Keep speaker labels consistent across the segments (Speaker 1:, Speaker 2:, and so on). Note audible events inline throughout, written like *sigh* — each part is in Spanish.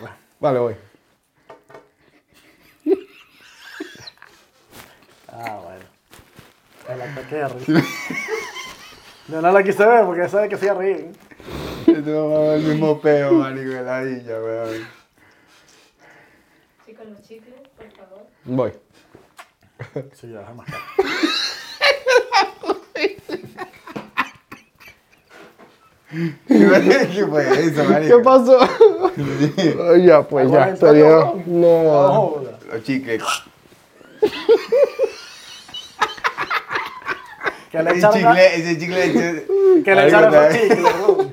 Speaker 1: pues.
Speaker 2: Vale, voy.
Speaker 1: Ah, bueno. Me la quería reír. No, no la quise ver porque sabe que se iba a reír.
Speaker 2: No, mames, el mismo peo, marico, de la villa, weón. *laughs*
Speaker 3: Chicos, los chicles, por favor.
Speaker 2: Voy.
Speaker 1: Sí, ya, jamás. caro.
Speaker 2: ¿Qué fue eso, marico?
Speaker 4: ¿Qué pasó? Ay, ya, pues ya,
Speaker 1: Aguanta,
Speaker 4: estoy yo.
Speaker 1: cabrón.
Speaker 4: No.
Speaker 1: No, joda.
Speaker 2: *laughs* Los chicles.
Speaker 1: Que le
Speaker 2: Ese
Speaker 1: echaron una-
Speaker 2: chicle, ese chicle, ese-
Speaker 1: que le
Speaker 2: Marico,
Speaker 1: echaron
Speaker 2: la-
Speaker 1: los chicles, bro.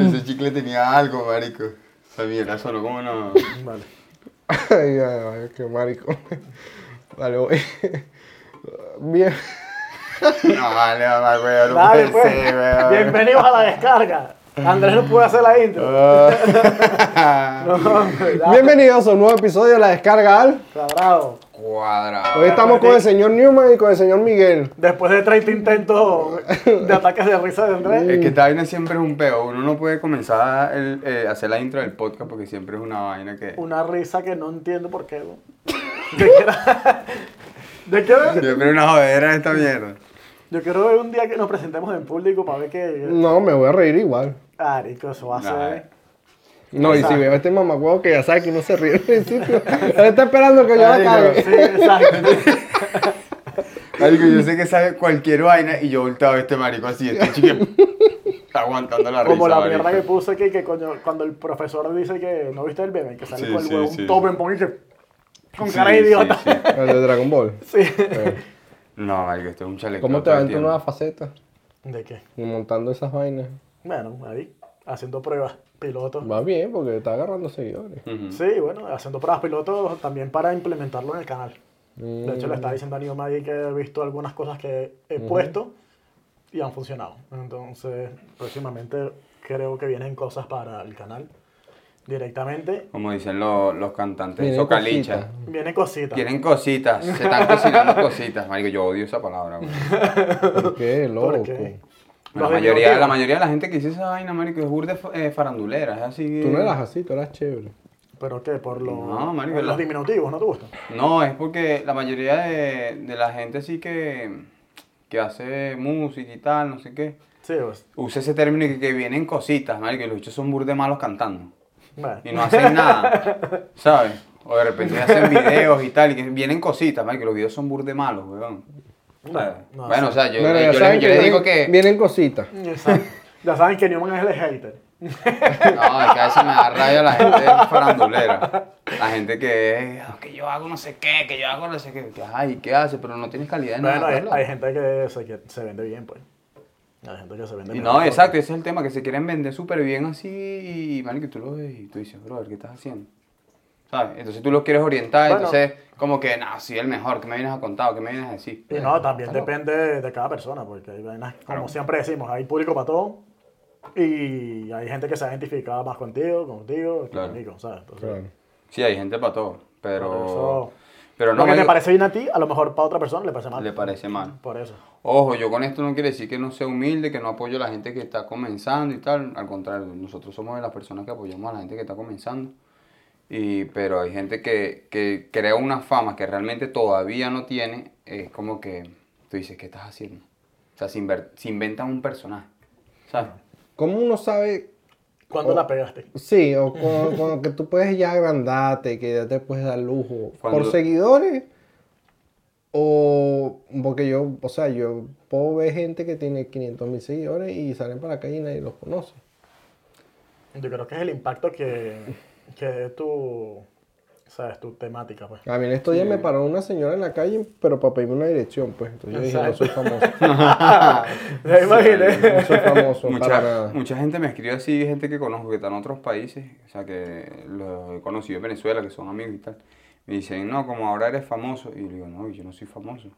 Speaker 2: Ese chicle tenía algo, marico. Esa mierda solo, ¿cómo no?
Speaker 1: Vale.
Speaker 4: Ay, ay, qué marico. Vale, voy. Bien.
Speaker 2: No, vale, mamá, weón, no
Speaker 1: Dale,
Speaker 2: puede
Speaker 1: pues.
Speaker 2: ser, weón.
Speaker 1: Bienvenidos a la descarga. Andrés no puede hacer la intro. *laughs*
Speaker 2: Ah.
Speaker 1: No, hombre, dale.
Speaker 4: Bienvenidos a un nuevo episodio de La Descarga Al.
Speaker 1: Está bravo.
Speaker 2: Cuadra.
Speaker 4: Hoy estamos con el señor Newman y con el señor Miguel.
Speaker 1: Después de 30 intentos de ataques de risa de Andrés.
Speaker 2: Es que esta vaina siempre es un peo. Uno no puede comenzar el, eh, hacer la intro del podcast porque siempre es una vaina que.
Speaker 1: Una risa que no entiendo por qué. bro. Yo quiero, *laughs* yo, quiero,
Speaker 2: Siempre es una jodera esta mierda.
Speaker 1: yo quiero ver un día que nos presentemos en público para ver que.
Speaker 4: No, me voy a reír igual.
Speaker 1: Ah, rico, eso va a ser.
Speaker 4: No, y si veo a este mamagüevo que ya sabe que no se ríe al principio, *laughs* él está esperando que yo la
Speaker 2: Ay, no.
Speaker 4: cague.
Speaker 1: Sí,
Speaker 2: *laughs*
Speaker 1: exacto.
Speaker 2: Marico, yo sé que sabe cualquier vaina y yo volteo a este marico así, este chique. Está *laughs* aguantando la risa.
Speaker 1: Como la
Speaker 2: marico.
Speaker 1: mierda que puse que, que coño, cuando el profesor dice que no viste el bebé, que sale
Speaker 2: Sí,
Speaker 1: con el
Speaker 2: sí,
Speaker 1: huevo
Speaker 2: sí.
Speaker 1: un tope en pon y que. Con
Speaker 2: Sí,
Speaker 1: cara de
Speaker 2: sí,
Speaker 1: idiota.
Speaker 2: sí.
Speaker 4: El de Dragon Ball.
Speaker 1: *laughs* Sí.
Speaker 2: No, marico, esto es un chaleco.
Speaker 4: ¿Cómo te
Speaker 2: todo el
Speaker 4: va en tu
Speaker 2: tiempo.
Speaker 4: nueva faceta?
Speaker 1: ¿De qué?
Speaker 4: Montando esas vainas.
Speaker 1: Bueno, ahí, haciendo pruebas piloto.
Speaker 4: Va bien, porque está agarrando seguidores.
Speaker 2: Ujú.
Speaker 1: Sí, bueno, haciendo pruebas piloto también para implementarlo en el canal. De hecho, le
Speaker 2: Mm.
Speaker 1: estaba diciendo a Nio Maggi que he visto algunas cosas que he puesto y han funcionado. Entonces, próximamente creo que vienen cosas para el canal directamente.
Speaker 2: Como dicen lo- los cantantes de
Speaker 4: Vienen
Speaker 2: Socalicha.
Speaker 4: cositas.
Speaker 1: Vienen cositas.
Speaker 2: Tienen cositas, se están cocinando cositas, marico. Yo odio esa
Speaker 1: *laughs*
Speaker 2: palabra, güey.
Speaker 4: ¿Por
Speaker 2: *laughs*
Speaker 4: qué, loco?
Speaker 1: Porque
Speaker 2: La mayoría, la mayoría de la gente que dice esa vaina, marico, es burde eh, farandulera, es así.
Speaker 4: Tú no eras así, tú eras chévere.
Speaker 1: ¿Pero qué? Por los,
Speaker 2: No, marico,
Speaker 1: por
Speaker 2: la-
Speaker 1: los diminutivos, ¿no te gustan?
Speaker 2: No, es porque la mayoría de, de la gente sí que, que hace música y tal, no sé qué.
Speaker 1: Sí, pues,
Speaker 2: Usa ese término y que, que vienen cositas, marico, y los bichos son burde malos cantando.
Speaker 1: bueno.
Speaker 2: Y no hacen nada, ¿sabes? O de repente hacen videos y tal, y que vienen cositas, marico, los videos son burde malos, weón. ¿Sabes?
Speaker 1: no,
Speaker 2: bueno,
Speaker 1: sí.
Speaker 2: o sea, yo,
Speaker 4: Bueno,
Speaker 2: yo
Speaker 4: ya
Speaker 2: les-
Speaker 4: saben
Speaker 2: yo les
Speaker 4: vienen- *laughs*
Speaker 2: digo que...
Speaker 4: Vienen cositas.
Speaker 1: Ya saben- ya saben que Newman es el hater.
Speaker 2: No, es que a veces me da rabia la gente farandulera. La gente que es, "Ah, que yo hago no sé qué, que yo hago no sé qué. Que, Ay, ¿qué hace? Pero no tienes calidad en
Speaker 1: Bueno,
Speaker 2: nada. pues,
Speaker 1: hay,
Speaker 2: Carlos".
Speaker 1: hay gente que se, que se vende bien, pues. Hay gente que se vende
Speaker 2: Y
Speaker 1: bien.
Speaker 2: no, exacto, ese es el tema, que se quieren vender súper bien así y, mal que tú lo ves y tú dices, brother, ¿qué estás haciendo? ¿Sabes? Entonces tú los quieres orientar,
Speaker 1: Bueno.
Speaker 2: entonces como que, no, soy el mejor, ¿qué me vienes a contar? ¿O ¿Qué me vienes a decir?
Speaker 1: Y
Speaker 2: Eh,
Speaker 1: no, también
Speaker 2: está loco.
Speaker 1: depende de cada persona, porque hay vainas, como
Speaker 2: Claro.
Speaker 1: siempre decimos, hay público para todo. Y hay gente que se ha identificado más contigo, contigo,
Speaker 2: Claro.
Speaker 1: conmigo, ¿sabes? Entonces,
Speaker 4: Claro.
Speaker 2: Sí, hay gente para todo, pero...
Speaker 1: Por eso-
Speaker 2: pero no
Speaker 1: lo que
Speaker 2: me-
Speaker 1: te parece bien a ti, a lo mejor para otra persona le parece mal.
Speaker 2: le parece mal.
Speaker 1: Por eso.
Speaker 2: Ojo, yo con esto no quiero decir que no sea humilde, que no apoyo a la gente que está comenzando y tal. Al contrario, nosotros somos de las personas que apoyamos a la gente que está comenzando. Y, pero hay gente que, que crea una fama que realmente todavía no tiene. Es como que tú dices, ¿qué estás haciendo? O sea, se, inver- se inventan un personaje. ¿Sabes?
Speaker 4: ¿Cómo uno sabe?
Speaker 1: ¿Cuándo la pegaste?
Speaker 4: Sí, o
Speaker 2: *laughs*
Speaker 4: con, con lo que tú puedes ya agrandarte, que ya te puedes dar lujo.
Speaker 2: Cuando-
Speaker 4: ¿Por seguidores? O porque yo, o sea, yo puedo ver gente que tiene 500 mil seguidores y salen para la calle y nadie los conoce.
Speaker 1: Yo creo que es el impacto que, que es tu, ¿sabes? tu temática,
Speaker 4: *laughs*
Speaker 1: pues.
Speaker 4: A mí en estos días me paró una señora en la calle, pero para pedirme una dirección, pues. Entonces yo dije, no soy famoso.
Speaker 1: Ya imaginé.
Speaker 4: No
Speaker 2: *laughs*
Speaker 4: soy famoso para
Speaker 2: Mucha,
Speaker 4: nada.
Speaker 2: mucha gente me escribe así, gente que conozco que está en otros países, o sea, que los he conocido en Venezuela, que son amigos y tal. Me dicen, no, como ahora eres famoso. Y yo digo, no, yo no soy famoso.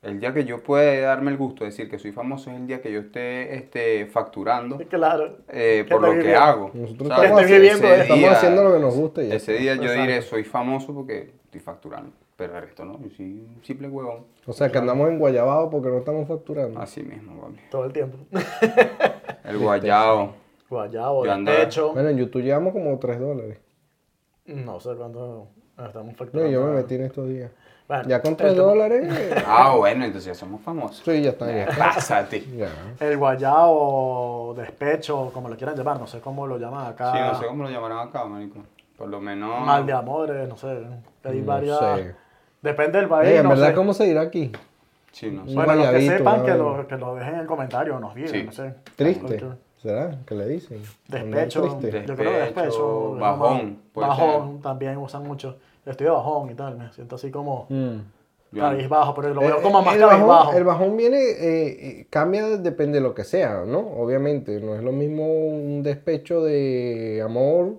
Speaker 2: El día que yo pueda darme el gusto de decir que soy famoso es el día que yo esté este, facturando
Speaker 1: *laughs* Claro.
Speaker 2: eh,
Speaker 1: Que
Speaker 2: por
Speaker 1: te
Speaker 2: lo que
Speaker 1: viviendo.
Speaker 2: hago.
Speaker 4: Nosotros
Speaker 2: ¿sabes?
Speaker 1: estamos
Speaker 2: Ese
Speaker 1: viviendo esto.
Speaker 4: Estamos haciendo lo que nos gusta y ya
Speaker 2: Ese día yo
Speaker 1: Exacto.
Speaker 2: diré, soy famoso porque estoy facturando. Pero el resto no, yo soy un simple huevón.
Speaker 4: O sea, que andamos en Guayabado porque no estamos facturando.
Speaker 2: Así mismo, papi.
Speaker 1: Todo el tiempo. *laughs*
Speaker 2: El guayao.
Speaker 1: Guayabo,
Speaker 2: Yo
Speaker 1: de
Speaker 2: andaba-
Speaker 1: pecho.
Speaker 4: Bueno, en YouTube llevamos como 3 dólares.
Speaker 1: No sé cuánto estamos
Speaker 4: No,
Speaker 1: facturando.
Speaker 4: yo me metí en estos días.
Speaker 1: Bueno,
Speaker 4: Ya con 3
Speaker 1: el tema-
Speaker 2: *laughs*
Speaker 4: dólares.
Speaker 2: Ah, bueno, entonces ya somos famosos.
Speaker 4: Sí, ya está. Ya.
Speaker 2: Pásate.
Speaker 4: ya.
Speaker 1: El guayao, despecho, como lo quieran llamar, no sé cómo lo llaman acá.
Speaker 2: Sí, no sé cómo lo llamarán acá, marico. Por lo menos.
Speaker 1: Ah. Mal de amores, no sé. Hay
Speaker 4: No
Speaker 1: varias.
Speaker 4: sé.
Speaker 1: Depende del país.
Speaker 4: Ey, en
Speaker 1: no
Speaker 4: verdad,
Speaker 1: sé.
Speaker 4: ¿cómo se dirá aquí?
Speaker 2: Sí, no sé.
Speaker 1: Bueno, los que
Speaker 4: guayabito,
Speaker 1: sepan que
Speaker 4: una
Speaker 1: lo,
Speaker 4: vaina.
Speaker 1: que lo dejen en el comentario, nos digan,
Speaker 2: Sí.
Speaker 1: no sé.
Speaker 4: Triste.
Speaker 1: Porque-
Speaker 4: ¿Será? ¿Qué le dicen? Andar
Speaker 1: Despecho.
Speaker 4: Triste.
Speaker 1: Yo creo que
Speaker 2: Despecho,
Speaker 1: despecho. es
Speaker 2: bajón,
Speaker 1: como-
Speaker 2: puede
Speaker 1: Bajón también usan mucho. Estoy de bajón y tal, me siento así como
Speaker 4: Mm.
Speaker 2: Yo-
Speaker 1: cabizbajo, pero lo veo
Speaker 4: Eh,
Speaker 1: como más
Speaker 4: el bajón,
Speaker 1: cabizbajo.
Speaker 4: el bajón viene, eh, eh, cambia depende de lo que sea, ¿no? Obviamente, no es lo mismo un despecho de amor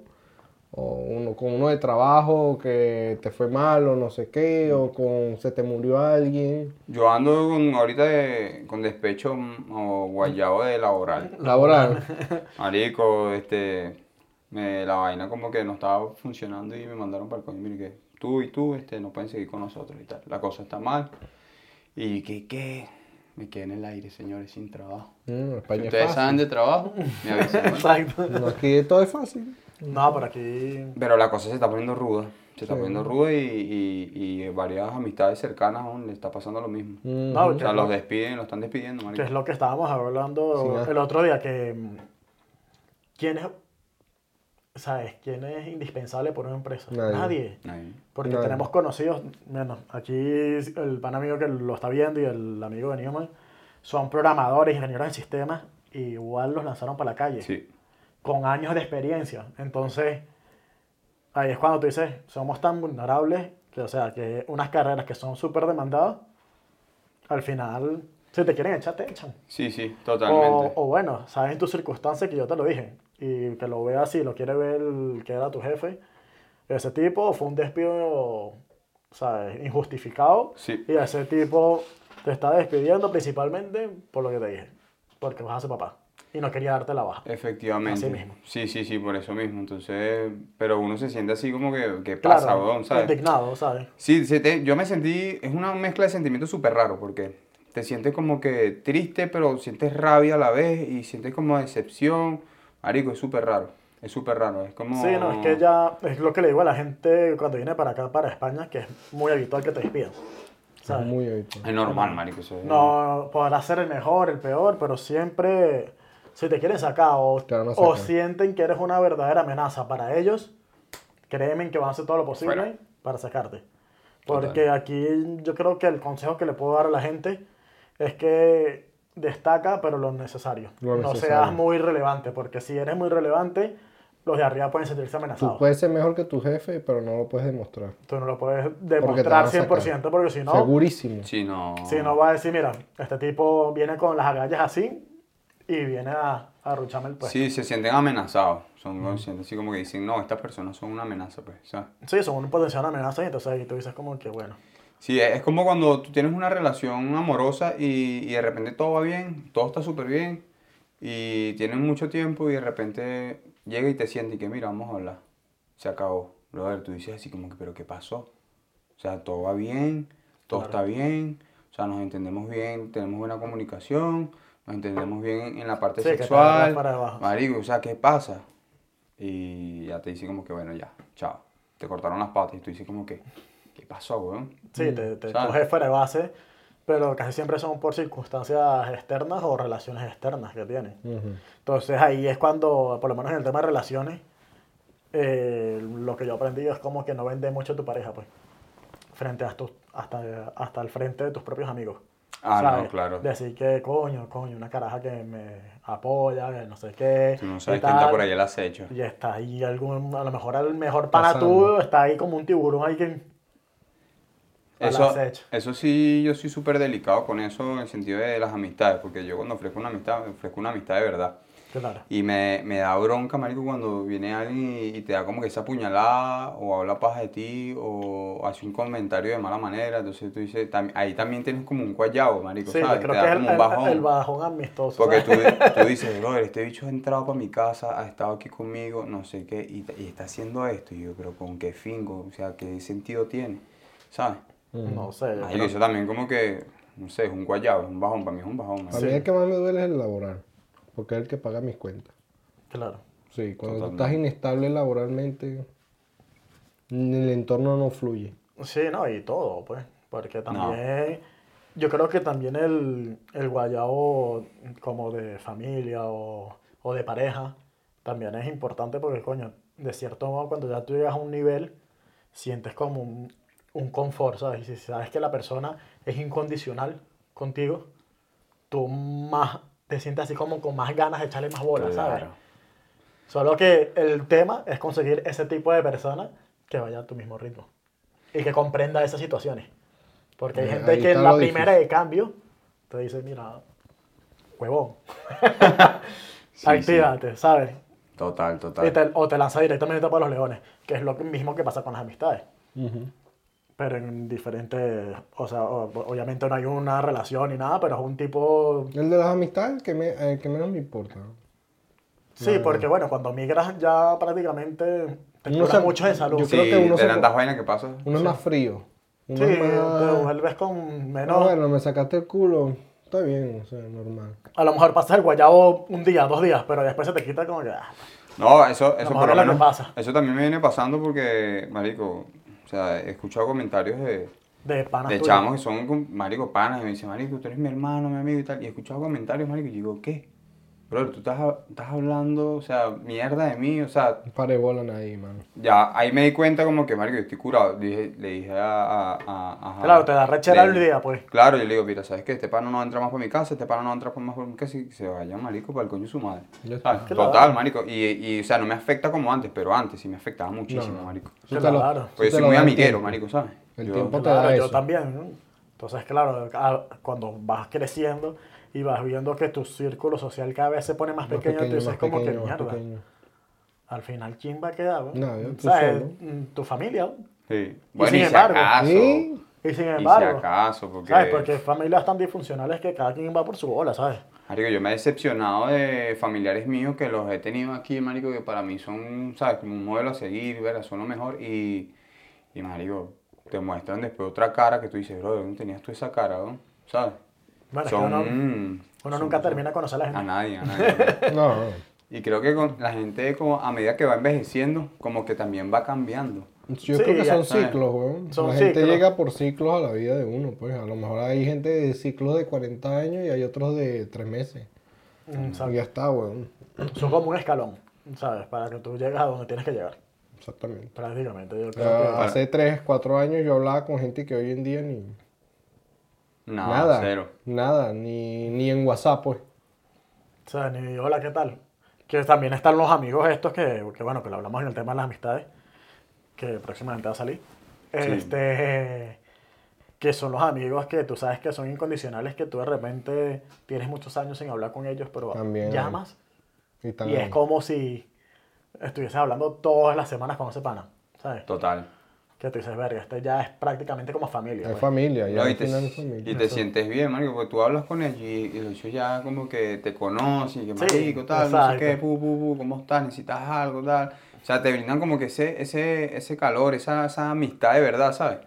Speaker 4: o uno, con uno de trabajo que te fue mal o no sé qué, o con se te murió alguien,
Speaker 2: Yo ando con, ahorita de- con despecho mm, o guayabo de laboral.
Speaker 1: *laughs*
Speaker 4: laboral.
Speaker 2: Marico, este, me, la vaina como que no estaba funcionando y me mandaron para el coño. Mire que tú y tú este, no pueden seguir con nosotros y tal. La cosa está mal. Y que, ¿qué? Me quedé en el aire, señores, sin trabajo.
Speaker 4: Mm,
Speaker 2: si
Speaker 4: España es
Speaker 2: ustedes
Speaker 4: fácil.
Speaker 2: saben de trabajo, me avisan. ¿vale?
Speaker 1: *laughs* Exacto.
Speaker 4: No, aquí todo es fácil.
Speaker 1: No, pero aquí.
Speaker 2: Pero la cosa se está poniendo ruda. Se está
Speaker 4: Sí.
Speaker 2: poniendo ruda y, y- y varias amistades cercanas aún le está pasando lo mismo.
Speaker 4: Mm,
Speaker 1: No,
Speaker 2: O sea, los despiden, los están despidiendo,
Speaker 1: que
Speaker 2: marico.
Speaker 1: es lo que estábamos
Speaker 4: Sí,
Speaker 1: hablando
Speaker 4: ¿no?
Speaker 1: el otro día, que mm, quién es, ¿sabes? ¿Quién es indispensable por una empresa?
Speaker 4: Nadie.
Speaker 1: Nadie.
Speaker 2: Ahí.
Speaker 1: Porque
Speaker 4: Nadie.
Speaker 1: tenemos conocidos, bueno, aquí el pan amigo que lo está viendo y el amigo de Newman son programadores, ingenieros de sistemas, y igual los lanzaron para la calle,
Speaker 2: Sí.
Speaker 1: con años de experiencia. Entonces, ahí es cuando tú dices, somos tan vulnerables, que, o sea, que unas carreras que son súper demandadas, al final, si te quieren echar, te echan.
Speaker 2: Sí, sí,
Speaker 1: O,
Speaker 2: totalmente.
Speaker 1: o bueno, sabes en tus circunstancias que yo te lo dije. Y que lo veas si lo quiere ver el que era tu jefe. Ese tipo fue un despido, ¿sabes? Injustificado.
Speaker 2: Sí.
Speaker 1: Y ese tipo te está despidiendo principalmente por lo que te dije. Porque vas a ser papá. Y no quería darte la baja.
Speaker 2: Efectivamente.
Speaker 1: Así mismo.
Speaker 2: Sí, sí, sí, por eso mismo. Entonces, pero uno se siente así como que, que
Speaker 1: Claro,
Speaker 2: pasa, weón, ¿sabes?
Speaker 1: indignado, ¿sabes?
Speaker 2: Sí, se te- yo me sentí, es una mezcla de sentimientos súper raro, porque te sientes como que triste, pero sientes rabia a la vez y sientes como decepción. Marico, es súper raro, es súper raro, es como...
Speaker 1: Sí, no, es que ya es lo que le digo a la gente cuando viene para acá, para España, que es muy habitual que te despidan.
Speaker 4: es
Speaker 1: ¿sabes?
Speaker 4: muy habitual.
Speaker 2: Es normal, marico, eso es-
Speaker 1: No, podrá ser el mejor, el peor, pero siempre si te quieren sacar o,
Speaker 4: Te van a
Speaker 1: o
Speaker 4: sacar.
Speaker 1: sienten que eres una verdadera amenaza para ellos, créeme que van a hacer todo lo posible
Speaker 2: Fuera.
Speaker 1: para sacarte.
Speaker 2: Total.
Speaker 1: Porque aquí yo creo que el consejo que le puedo dar a la gente es que destaca, pero lo necesario.
Speaker 4: Lo
Speaker 1: No
Speaker 4: necesario.
Speaker 1: seas muy relevante, porque si eres muy relevante, los de arriba pueden sentirse
Speaker 4: Tú
Speaker 1: amenazados.
Speaker 4: puedes ser mejor que tu jefe, pero no lo puedes demostrar.
Speaker 1: Tú no lo puedes
Speaker 4: Porque te van
Speaker 1: demostrar
Speaker 4: a sacar.
Speaker 1: 100%, porque si no,
Speaker 4: Segurísimo.
Speaker 2: Sí, no...
Speaker 1: si no va a decir, mira, este tipo viene con las agallas así y viene a, a arrucharme el puesto. Sí.
Speaker 2: Sí, se sienten amenazados, son conscientes, así como que dicen, no, estas personas son una amenaza, pues, ¿sabes?
Speaker 1: son un potencial amenaza y entonces ahí tú dices como que bueno.
Speaker 2: Sí, es es como cuando tú tienes una relación amorosa y, y de repente todo va bien, todo está súper bien y tienes mucho tiempo y de repente llega y te siente y que mira, vamos a hablar. Se acabó. Brother, tú dices así como que, pero ¿qué pasó? O sea, todo va bien, todo está bien, o sea, nos entendemos bien, tenemos buena comunicación, nos entendemos bien en la parte
Speaker 1: Sí, que te
Speaker 2: sexual.
Speaker 1: agarras para abajo.
Speaker 2: Marico, o sea, ¿qué pasa? Y ya te dice como que, bueno, ya, chao. Te cortaron las patas y tú dices como que, ¿qué pasó, weón?
Speaker 1: Sí, te, te
Speaker 2: ¿sabes?
Speaker 1: coges fuera de base, pero casi siempre son por circunstancias externas o relaciones externas que tienen.
Speaker 4: Ujú.
Speaker 1: Entonces ahí es cuando, por lo menos en el tema de relaciones, eh, lo que yo aprendí es como que no vende mucho tu pareja, pues. Frente a tus- hasta, hasta el frente de tus propios amigos.
Speaker 2: Ah, no,
Speaker 1: ¿sabes?
Speaker 2: claro.
Speaker 1: Decir que, coño, coño, una caraja que me apoya, que no sé qué.
Speaker 2: Tú no
Speaker 1: y
Speaker 2: sabes quién está
Speaker 1: tal.
Speaker 2: por ahí el acecho.
Speaker 1: Y está ahí algún, a lo mejor el mejor pana
Speaker 4: Pasando.
Speaker 1: tuyo está ahí como un tiburón ahí que... al
Speaker 2: Eso,
Speaker 1: acecho.
Speaker 2: eso sí, yo soy súper delicado con eso en el sentido de las amistades, porque yo cuando ofrezco una amistad, ofrezco una amistad de verdad.
Speaker 1: Claro.
Speaker 2: Y me, me da bronca, marico, cuando viene alguien y, y te da como que esa puñalada, o habla paja de ti, o hace un comentario de mala manera. Entonces tú dices, tam- ahí también tienes como un guayabo, marico,
Speaker 1: Sí, yo
Speaker 2: ¿sabes?
Speaker 1: creo
Speaker 2: te
Speaker 1: que es
Speaker 2: da
Speaker 1: el,
Speaker 2: como un
Speaker 1: el-
Speaker 2: bajón.
Speaker 1: el bajón amistoso.
Speaker 4: *laughs*
Speaker 2: Porque
Speaker 1: ¿sabes?
Speaker 2: tú, tú dices, brother, este bicho ha entrado para mi casa, ha estado aquí conmigo, no sé qué, y, y está haciendo esto. Y yo, pero ¿con qué fingo? O sea, ¿qué sentido tiene? ¿Sabes?
Speaker 1: *laughs* No sé. yo
Speaker 2: Ay,
Speaker 1: creo-
Speaker 2: eso también como que, no sé, es un guayabo, es un bajón, para mí es un bajón. ¿no?
Speaker 4: A mí el que más me duele es el laboral, porque es el que paga mis cuentas.
Speaker 1: Claro.
Speaker 4: Sí, cuando tú
Speaker 2: Totalmente.
Speaker 4: estás inestable laboralmente, el entorno no fluye.
Speaker 1: Sí, no, y todo, pues. Porque también. Yo creo que también el, el guayabo, como de familia o, o de pareja, también es importante porque, coño, de cierto modo, cuando ya tú llegas a un nivel, sientes como un, un confort, ¿sabes? Y si sabes que la persona es incondicional contigo, tú más te sientes así como con más ganas de echarle más bolas, ¿sabes?
Speaker 2: Claro.
Speaker 1: Solo que el tema es conseguir ese tipo de persona que vaya a tu mismo ritmo y que comprenda esas situaciones. Porque hay
Speaker 4: Ahí
Speaker 1: gente que
Speaker 4: está
Speaker 1: en la
Speaker 4: lo
Speaker 1: primera de cambio te dice, mira,
Speaker 4: *laughs*
Speaker 1: huevón,
Speaker 2: Sí,
Speaker 1: actívate, ¿sabes?
Speaker 2: sí. Total,
Speaker 1: Y
Speaker 2: total.
Speaker 1: te- o te lanza directamente para los leones, que es lo mismo que pasa con las amistades. Pero en diferentes, o sea, o- obviamente no hay una relación ni nada, pero es un tipo
Speaker 4: El de las amistades que, me, eh, que menos me importa.
Speaker 1: Sí, porque bueno, cuando migras ya prácticamente te
Speaker 4: Uno
Speaker 1: curas
Speaker 4: se-
Speaker 1: mucho de salud.
Speaker 4: yo
Speaker 2: Sí,
Speaker 4: creo que uno
Speaker 2: de
Speaker 4: se-
Speaker 2: tantas vainas que pasa.
Speaker 4: Uno es más frío. Uno
Speaker 1: sí, pues,
Speaker 4: es
Speaker 1: te
Speaker 4: más...
Speaker 1: vuelves con
Speaker 4: Ah,
Speaker 1: menos.
Speaker 4: Bueno, me sacaste el culo. Está bien, o sea, normal.
Speaker 1: A lo mejor pasas el guayabo un día, dos días, pero después se te quita como que. ah,
Speaker 2: No, eso,
Speaker 1: mejor
Speaker 2: eso por lo
Speaker 1: es lo que
Speaker 2: menos-
Speaker 1: pasa.
Speaker 2: Eso también me viene pasando porque, marico, o sea, he escuchado comentarios de,
Speaker 1: de panas.
Speaker 2: de
Speaker 1: tuyas.
Speaker 2: chamos que son, con- marico, panas. Y me dicen, marico, tú eres mi hermano, mi amigo y tal. Y he escuchado comentarios, marico, y digo, ¿qué? Bro, tú estás, hab- estás hablando, o sea, mierda de mí, o sea,
Speaker 4: No pare bola a nadie, mano.
Speaker 2: ya ahí me di cuenta como que, marico, yo estoy curado. Dije, le dije a... a, a- a-
Speaker 1: Claro, te da rechera
Speaker 2: le-
Speaker 1: la idea, pues.
Speaker 2: Claro, yo le digo, mira, ¿sabes qué? Este pana no entra más por mi casa, este pana no entra por más por mi casa y se vaya marico para el coño de su madre.
Speaker 4: Ya está.
Speaker 2: ¿Sabes?
Speaker 1: Claro.
Speaker 2: Total, marico. Y, y, o sea, no me afecta como antes, pero antes sí me afectaba muchísimo,
Speaker 4: No.
Speaker 2: marico.
Speaker 4: Eso
Speaker 1: Claro.
Speaker 4: te lo-
Speaker 1: Claro,
Speaker 4: eso
Speaker 2: Porque
Speaker 4: te
Speaker 2: soy
Speaker 4: lo
Speaker 2: muy
Speaker 4: da el
Speaker 2: amiguero,
Speaker 4: tiempo.
Speaker 2: marico, ¿sabes?
Speaker 4: El
Speaker 2: Yo-
Speaker 4: tiempo te
Speaker 1: Claro,
Speaker 4: da
Speaker 1: yo
Speaker 4: eso.
Speaker 1: también. ¿no? Entonces, claro, a- cuando vas creciendo y vas viendo que tu círculo social cada vez se pone más
Speaker 4: Más
Speaker 1: pequeño, tú dices
Speaker 4: más
Speaker 1: como
Speaker 4: pequeño,
Speaker 1: que
Speaker 4: más
Speaker 1: mierda. *laughs*
Speaker 4: pequeño.
Speaker 1: Al final, ¿quién va a quedar? weón?
Speaker 4: Nadie, tú
Speaker 1: ¿Sabes?
Speaker 4: solo.
Speaker 1: Mm, Tu familia. weón.
Speaker 2: Sí. Bueno, y,
Speaker 1: sin
Speaker 2: si
Speaker 1: embargo,
Speaker 2: acaso.
Speaker 4: ¿Sí?
Speaker 1: Y sin
Speaker 2: Y si
Speaker 1: embargo.
Speaker 2: acaso, porque...
Speaker 1: ¿Sabes? Porque familias tan disfuncionales que cada quien va por su bola, ¿sabes?
Speaker 2: Marico, yo me he decepcionado de familiares míos que los he tenido aquí, marico, que para mí son, ¿sabes? Como un modelo a seguir, ¿verdad? Son lo mejor y, y marico, te muestran después otra cara que tú dices, bro, ¿de dónde tenías tú esa cara, no? ¿Sabes?
Speaker 1: Bueno, es que
Speaker 2: son,
Speaker 1: uno,
Speaker 2: mm,
Speaker 1: uno
Speaker 2: son-
Speaker 1: nunca termina de conocer a la
Speaker 2: A
Speaker 1: gente.
Speaker 2: nadie, a nadie.
Speaker 4: No, no.
Speaker 2: y creo que con la gente, como a medida que va envejeciendo, como que también va cambiando.
Speaker 4: Yo
Speaker 1: Sí,
Speaker 4: creo que
Speaker 1: ya
Speaker 4: son
Speaker 2: sabes.
Speaker 4: ciclos, weón.
Speaker 1: Son
Speaker 4: la gente
Speaker 1: ciclos.
Speaker 4: llega por ciclos a la vida de uno, pues. A lo mejor hay gente de ciclos de 40 años y hay otros de 3 meses.
Speaker 1: Mm,
Speaker 4: Y
Speaker 1: ¿sabes?
Speaker 4: ya está, weón.
Speaker 1: Son como un escalón, ¿sabes? Para que tú llegues a donde tienes que llegar,
Speaker 4: Exactamente.
Speaker 1: prácticamente. Yo
Speaker 4: Ya
Speaker 1: creo que...
Speaker 4: hace 3, 4 años yo hablaba con gente que hoy en día ni...
Speaker 2: No,
Speaker 4: nada.
Speaker 2: cero.
Speaker 4: Nada. Ni, ni en WhatsApp, pues.
Speaker 1: O sea, ni hola, ¿qué tal? Que también están los amigos estos que, que, bueno, que lo hablamos en el tema de las amistades, que próximamente va a salir. Este, que son los amigos que tú sabes que son incondicionales, que tú de repente tienes muchos años sin hablar con ellos, pero
Speaker 4: También.
Speaker 1: llamas
Speaker 4: Y, tan-
Speaker 1: Y es como si estuvieses hablando todas las semanas con ese pana, ¿sabes?
Speaker 2: Total.
Speaker 1: Que tú dices, verga, este ya es prácticamente como familia.
Speaker 4: Es
Speaker 1: pues".
Speaker 4: familia. Ya
Speaker 2: No, y
Speaker 4: al
Speaker 2: te,
Speaker 4: final es
Speaker 2: y
Speaker 4: familia.
Speaker 2: te sientes bien, marico, porque tú hablas con ellos y, y los ellos ya como que te conocen, que
Speaker 1: Sí,
Speaker 2: marico, tal, no sé
Speaker 1: exacto.
Speaker 2: qué, pu, pu, pu, cómo estás, necesitas algo, tal. O sea, te brindan como que ese, ese, ese calor, esa, esa amistad de verdad, ¿sabes?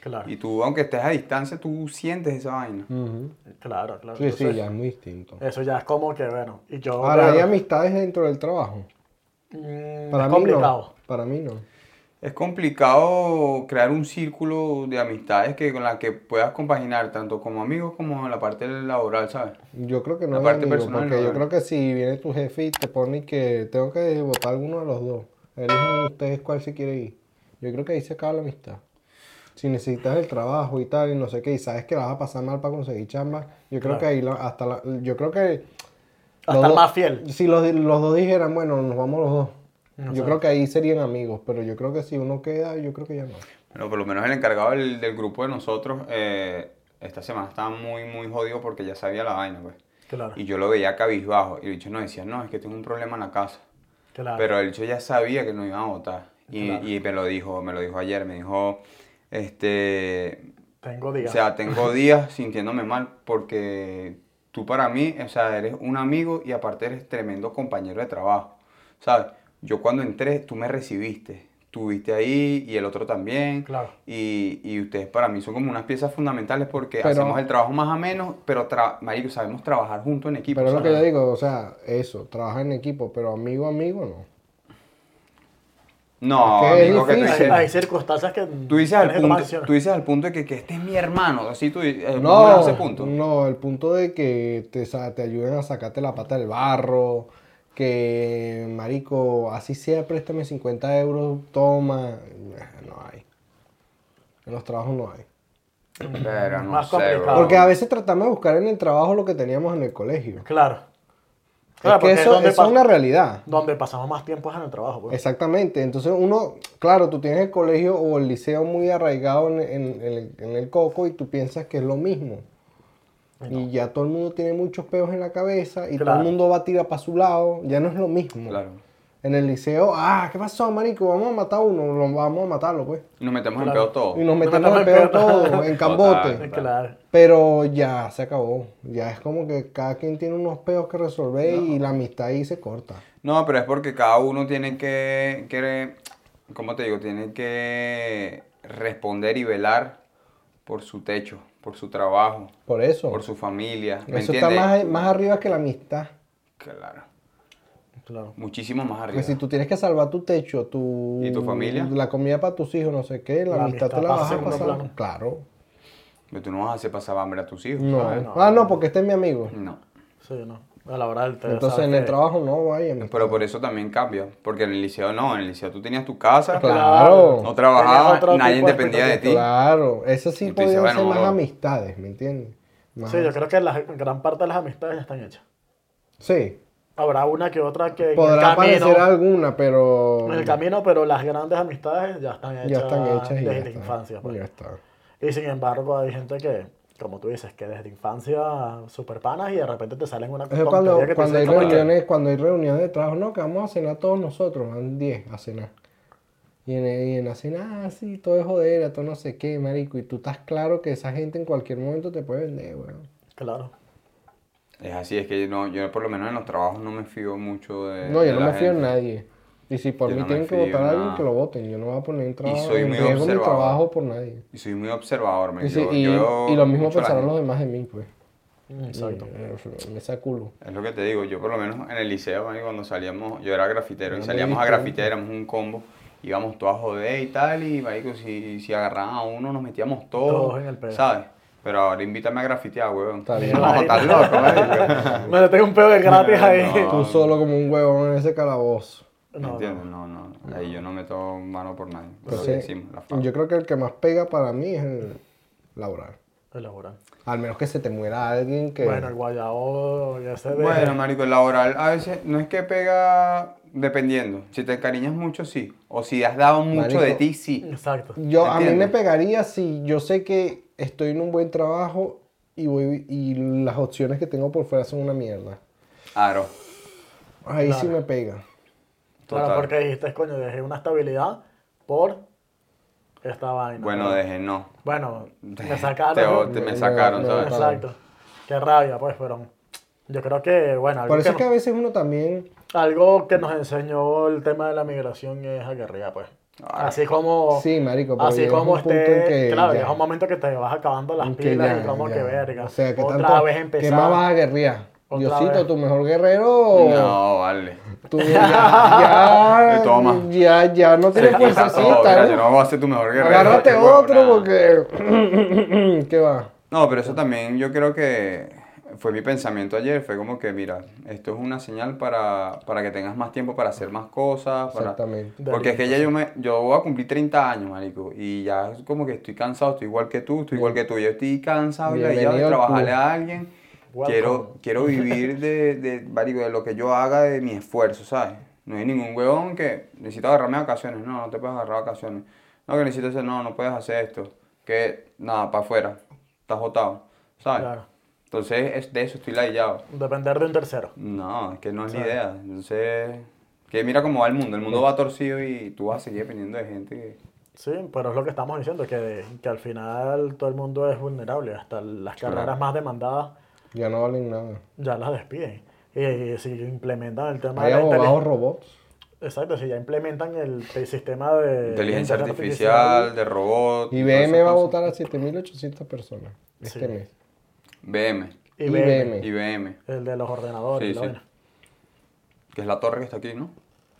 Speaker 1: Claro,
Speaker 2: Y tú, aunque estés a distancia, tú sientes esa vaina.
Speaker 4: Ujú.
Speaker 1: claro, claro.
Speaker 4: Sí, sí,
Speaker 1: Entonces,
Speaker 4: ya es muy distinto.
Speaker 1: Eso ya es como que, bueno, y yo...
Speaker 4: Ahora,
Speaker 1: claro,
Speaker 4: ¿hay amistades dentro del trabajo?
Speaker 1: mm,
Speaker 4: Para
Speaker 1: es
Speaker 4: mí
Speaker 1: complicado.
Speaker 4: no. Para mí no.
Speaker 2: Es complicado crear un círculo de amistades que, con las que puedas compaginar tanto como amigos como en la parte laboral, ¿sabes?
Speaker 4: Yo creo que
Speaker 2: La
Speaker 4: no es
Speaker 2: parte
Speaker 4: amigo,
Speaker 2: personal,
Speaker 4: porque
Speaker 2: no,
Speaker 4: yo
Speaker 2: ¿no?
Speaker 4: creo que si viene tu jefe y te pone que tengo que votar alguno de los dos, eligen ustedes cuál se quiere ir. Yo creo que ahí se acaba la amistad. Si necesitas el trabajo y tal y no sé qué, y sabes que la vas a pasar mal para conseguir chamba, yo creo
Speaker 1: Claro.
Speaker 4: que ahí la- hasta la- yo creo que
Speaker 1: Hasta
Speaker 4: los
Speaker 1: el
Speaker 4: dos-
Speaker 1: más fiel.
Speaker 4: Si los, di- los dos dijeran, bueno, nos vamos los dos.
Speaker 1: No
Speaker 4: yo
Speaker 1: sabes.
Speaker 4: creo que ahí serían amigos, pero yo creo que si uno queda, yo creo que ya no.
Speaker 2: Bueno, por lo menos el encargado del, del grupo de nosotros, eh, esta semana estaba muy, muy jodido porque ya sabía la vaina, pues.
Speaker 1: Claro,
Speaker 2: Y yo lo veía cabizbajo. Y el bicho no decía, no, es que tengo un problema en la casa.
Speaker 1: claro.
Speaker 2: Pero el bicho ya sabía que no iban a votar. Y,
Speaker 1: Claro.
Speaker 2: y me lo dijo, me lo dijo ayer, me dijo, este,
Speaker 1: Tengo días.
Speaker 2: o sea, tengo días sintiéndome mal porque tú para mí, o sea, eres un amigo y aparte eres tremendo compañero de trabajo. ¿Sabes? Yo cuando entré, tú me recibiste. Tuviste ahí y el otro también.
Speaker 1: Claro.
Speaker 2: Y, y ustedes para mí son como unas piezas fundamentales porque
Speaker 4: Pero-
Speaker 2: hacemos el trabajo más ameno, pero tra- marico, sabemos trabajar juntos en equipo.
Speaker 4: Pero es lo
Speaker 2: ¿sabes?
Speaker 4: que yo digo, o sea, eso, trabajar en equipo, pero amigo, amigo no.
Speaker 2: No,
Speaker 4: Es que es
Speaker 2: amigo, que tú
Speaker 4: difícil.
Speaker 2: dices,
Speaker 1: Hay, hay circunstancias que.
Speaker 2: tú dices al
Speaker 1: tienes que tomar
Speaker 2: punto,
Speaker 1: decisiones.
Speaker 2: tú dices al punto de que, que este es mi hermano, así tú dices, eh, ¿cómo era
Speaker 4: No,
Speaker 2: ese punto.
Speaker 4: no, el punto de que te, sa- te ayuden a sacarte la pata del barro, que, marico, así sea, préstame 50 euros, toma, no hay. En los trabajos no hay.
Speaker 2: Pero no
Speaker 1: Más
Speaker 2: sé,
Speaker 1: complicado.
Speaker 2: bro.
Speaker 4: Porque a veces tratamos de buscar en el trabajo lo que teníamos en el
Speaker 2: Ah,
Speaker 4: colegio.
Speaker 1: Claro.
Speaker 4: Es que eso,
Speaker 1: donde,
Speaker 4: eso
Speaker 1: pas-
Speaker 4: es una realidad.
Speaker 1: donde pasamos más tiempo es en el trabajo. pues.
Speaker 4: Exactamente. Entonces uno, claro, tú tienes el colegio o el liceo muy arraigado en, en- en el, en el coco y tú piensas que es lo mismo. Y ya todo el mundo tiene muchos peos en la cabeza y todo
Speaker 1: Claro.
Speaker 4: el mundo va a tirar para su lado. Ya no es lo mismo.
Speaker 2: Claro.
Speaker 4: En el liceo, ah, ¿qué pasó, marico? Vamos a matar a uno, lo- vamos a matarlo, pues.
Speaker 2: Y Nos metemos
Speaker 1: Claro.
Speaker 2: en pedo todo.
Speaker 4: Y nos metemos
Speaker 1: metemos
Speaker 4: en
Speaker 1: en
Speaker 4: peo
Speaker 1: pedo.
Speaker 4: todo, en cambote.
Speaker 2: Total.
Speaker 1: Claro.
Speaker 4: Pero ya se acabó. Ya es como que cada quien tiene unos peos que resolver y la amistad ahí se corta.
Speaker 2: No, pero es porque cada uno tiene que, que, ¿cómo te digo? Tiene que responder y velar por su techo, por su trabajo,
Speaker 4: Por eso.
Speaker 2: por su familia. ¿Me
Speaker 4: eso está
Speaker 2: entiendes?
Speaker 4: más, más arriba que la amistad.
Speaker 2: Claro.
Speaker 1: Claro.
Speaker 2: Muchísimo más
Speaker 4: Porque
Speaker 2: arriba.
Speaker 4: si tú tienes que salvar tu techo, tu...
Speaker 2: ¿Y tu familia?
Speaker 4: La comida para tus hijos, no sé qué, la,
Speaker 1: La
Speaker 4: amistad,
Speaker 1: amistad
Speaker 4: te la
Speaker 1: pasa
Speaker 4: vas
Speaker 1: a
Speaker 4: a
Speaker 1: segundo
Speaker 4: pasar.
Speaker 1: plano.
Speaker 4: Claro.
Speaker 2: Pero tú no vas a hacer pasar hambre a tus hijos.
Speaker 4: No.
Speaker 2: ¿sabes?
Speaker 4: Ah, no, porque este es mi amigo.
Speaker 2: No.
Speaker 1: Sí, no. A la hora del té,
Speaker 4: Entonces
Speaker 1: ¿sabes
Speaker 4: en el
Speaker 1: qué?
Speaker 4: trabajo no vaya. amistad.
Speaker 2: Pero por eso también cambia. Porque en el liceo no, en el liceo tú tenías tu casa,
Speaker 4: Claro.
Speaker 2: no
Speaker 1: Tenías
Speaker 2: trabajabas,
Speaker 1: otro
Speaker 2: nadie
Speaker 1: tipo de
Speaker 2: dependía de ti.
Speaker 4: Claro. Esas sí
Speaker 2: Y tú dices,
Speaker 4: podían
Speaker 2: bueno,
Speaker 4: ser más
Speaker 2: bro.
Speaker 4: amistades, ¿me entiendes? Más-
Speaker 1: Sí, yo creo que la gran parte de las amistades ya están hechas.
Speaker 4: sí.
Speaker 1: Habrá una que otra que en el
Speaker 4: Podrá
Speaker 1: camino-
Speaker 4: aparecer alguna, pero...
Speaker 1: En el camino, pero las grandes amistades ya están hechas,
Speaker 4: Ya están hechas y
Speaker 1: desde
Speaker 4: ya
Speaker 1: la
Speaker 4: está.
Speaker 1: infancia. pues.
Speaker 4: Ya está.
Speaker 1: Y sin embargo, hay gente que, como tú dices, que desde infancia super panas y de repente te salen una
Speaker 4: Eso
Speaker 1: tontería
Speaker 4: cuando,
Speaker 1: que te
Speaker 4: cuando, hay
Speaker 1: dicen como que-
Speaker 4: reuniones, cuando hay reuniones de trabajo, no, que vamos a cenar todos nosotros, van 10 a cenar. Y en, y en la cena, ah, sí, todo es jodera, todo no sé qué, marico. Y tú estás claro que esa gente en cualquier momento te puede vender, weón.
Speaker 1: Claro.
Speaker 2: Es así, es que yo, no- yo por lo menos en los trabajos no me fío mucho de.
Speaker 4: No, yo
Speaker 2: de
Speaker 4: no
Speaker 2: Eh, la
Speaker 4: me fío en
Speaker 2: gente.
Speaker 4: nadie. Y si por
Speaker 2: Yo
Speaker 4: mí
Speaker 2: no me
Speaker 4: tienen que
Speaker 2: fío,
Speaker 4: votar a alguien,
Speaker 2: nada.
Speaker 4: que lo voten. Yo no voy a poner en, trabajo,
Speaker 2: soy
Speaker 4: en
Speaker 2: muy
Speaker 4: riesgo mi
Speaker 2: observador.
Speaker 4: trabajo por nadie.
Speaker 2: Y soy muy observador, me
Speaker 4: Y, si-
Speaker 2: yo-
Speaker 4: y-
Speaker 2: yo
Speaker 4: y lo mismo
Speaker 2: mucho la
Speaker 4: pensarán
Speaker 2: gente.
Speaker 4: los demás de mí, pues. *laughs*
Speaker 1: Exacto.
Speaker 4: Eh, Me saco culo.
Speaker 2: Es lo que te digo, yo por lo menos en el liceo, marico, cuando salíamos, yo era grafitero,
Speaker 4: Ya
Speaker 2: y
Speaker 4: me
Speaker 2: salíamos a
Speaker 4: viste.
Speaker 2: grafitear, éramos un combo, íbamos todos a joder y tal, y marico, si, si agarraban a uno nos metíamos todos,
Speaker 1: Todos en el pedo.
Speaker 2: ¿sabes? Pero ahora invítame a grafitear, weón. *laughs*
Speaker 4: Está bien.
Speaker 2: No,
Speaker 1: *laughs*
Speaker 2: estás loco, marico.
Speaker 4: Ah.
Speaker 1: Me le tengo un pedo de gratis ahí. *laughs*
Speaker 2: No.
Speaker 4: Tú solo como un huevón en ese calabozo.
Speaker 2: ¿Me
Speaker 1: No,
Speaker 2: entiendes? No, no, ahí yo no meto mano por nadie. Lo que
Speaker 4: Entonces,
Speaker 2: decimos, la fama.
Speaker 4: Pues yo creo que el que más pega para mí es el laboral.
Speaker 1: Elaborar.
Speaker 4: Al menos que se te muera alguien que.
Speaker 1: Bueno, el guayabo ya se de...
Speaker 2: Bueno, marico, el laboral a veces no es que pega dependiendo. Si te encariñas mucho, sí. O si has dado mucho
Speaker 4: Marico.
Speaker 2: de ti, sí.
Speaker 1: Exacto.
Speaker 4: yo, a mí me
Speaker 2: ¿entiendes?
Speaker 4: pegaría si yo sé que estoy en un buen trabajo y, voy, y las opciones que tengo por fuera son una mierda.
Speaker 2: Aro.
Speaker 4: Ahí sí me pega.
Speaker 2: Total.
Speaker 1: Claro, porque dijiste, coño, dejé una estabilidad por esta vaina.
Speaker 2: Bueno, deje, no. *laughs*
Speaker 1: Bueno, me
Speaker 2: Te-
Speaker 1: sacaron.
Speaker 2: te- me sacaron,
Speaker 4: me-
Speaker 2: ¿sabes?
Speaker 1: Exacto. Qué rabia, pues, pero yo creo que, bueno, algo,
Speaker 4: Por eso
Speaker 1: que,
Speaker 4: es que a veces uno también.
Speaker 1: algo que nos enseñó el tema de la migración es aguerrida, pues.
Speaker 2: Ah,
Speaker 1: así como...
Speaker 4: Sí, marico, pero
Speaker 1: Oh, Así
Speaker 4: llega
Speaker 1: como
Speaker 4: un punto en
Speaker 1: esté,
Speaker 4: que
Speaker 1: claro,
Speaker 4: ya.
Speaker 1: llega un momento que te vas acabando las
Speaker 4: que
Speaker 1: pilas
Speaker 4: ya,
Speaker 1: y como
Speaker 4: ya.
Speaker 1: que verga.
Speaker 4: O sea, que
Speaker 1: Otra
Speaker 4: tanto-
Speaker 1: vez
Speaker 4: ¿Qué más vas
Speaker 1: empezar.
Speaker 4: a guerrear?
Speaker 1: Otra
Speaker 4: Diosito,
Speaker 1: vez.
Speaker 4: tu mejor guerrero.
Speaker 2: No, vale.
Speaker 1: *laughs*
Speaker 4: Tú ya,
Speaker 2: Te
Speaker 4: ya,
Speaker 2: toma.
Speaker 4: ya, ya no
Speaker 2: Te
Speaker 4: tienes
Speaker 2: quita
Speaker 4: fuerza.
Speaker 2: todo, mira, yo no voy a ser tu mejor guerrero.
Speaker 4: ¿eh? Agárrate
Speaker 2: qué huevo,
Speaker 4: otro
Speaker 2: nada.
Speaker 4: porque. *clears throat* ¿Qué va?
Speaker 2: No, pero eso también yo creo que fue mi pensamiento ayer. Fue como que, mira, esto es una señal para, para que tengas más tiempo para hacer más cosas. para-
Speaker 4: Exactamente.
Speaker 2: Porque es que ya yo me, yo voy a cumplir 30 años, marico, y ya es como que estoy cansado, estoy igual que tú, estoy igual que tú, yo estoy cansado ya ya de
Speaker 4: Bienvenido al
Speaker 2: trabajarle
Speaker 4: club.
Speaker 2: a alguien.
Speaker 1: Welcome.
Speaker 2: Quiero, quiero vivir de, de, marico, de lo que yo haga, de mi esfuerzo, ¿sabes? No hay ningún huevón que necesita agarrarme vacaciones, no, no te puedes agarrar vacaciones. No, que necesitas hacer, no, no puedes hacer esto. Que, nada, para afuera, estás botado, ¿sabes?
Speaker 1: Claro.
Speaker 2: Entonces, es, de eso estoy ladillado.
Speaker 1: Depender de un tercero.
Speaker 2: No, es que no es la idea. Entonces, que mira cómo va el mundo. El mundo va torcido y tú vas a seguir dependiendo de gente que...
Speaker 1: Sí, pero es lo que estamos diciendo, que, que al final todo el mundo es vulnerable. Hasta las
Speaker 2: Claro.
Speaker 1: carreras más demandadas
Speaker 4: Ya no valen nada.
Speaker 1: ya las despiden. Y, y si implementan el tema
Speaker 4: Hay
Speaker 1: de la inteligencia.
Speaker 4: abogados robots.
Speaker 1: Exacto, si ya implementan el, el sistema
Speaker 4: Eh,
Speaker 1: de
Speaker 2: Inteligencia artificial, de robot. y todas
Speaker 4: IBM
Speaker 2: esas
Speaker 4: va a
Speaker 2: cosas.
Speaker 4: votar a 7.800 personas este
Speaker 1: Sí.
Speaker 4: mes.
Speaker 2: BM.
Speaker 1: y
Speaker 4: IBM.
Speaker 2: IBM.
Speaker 1: el de los ordenadores.
Speaker 2: Sí,
Speaker 1: la
Speaker 2: sí.
Speaker 1: vaina.
Speaker 2: Que es la torre que está aquí, ¿no?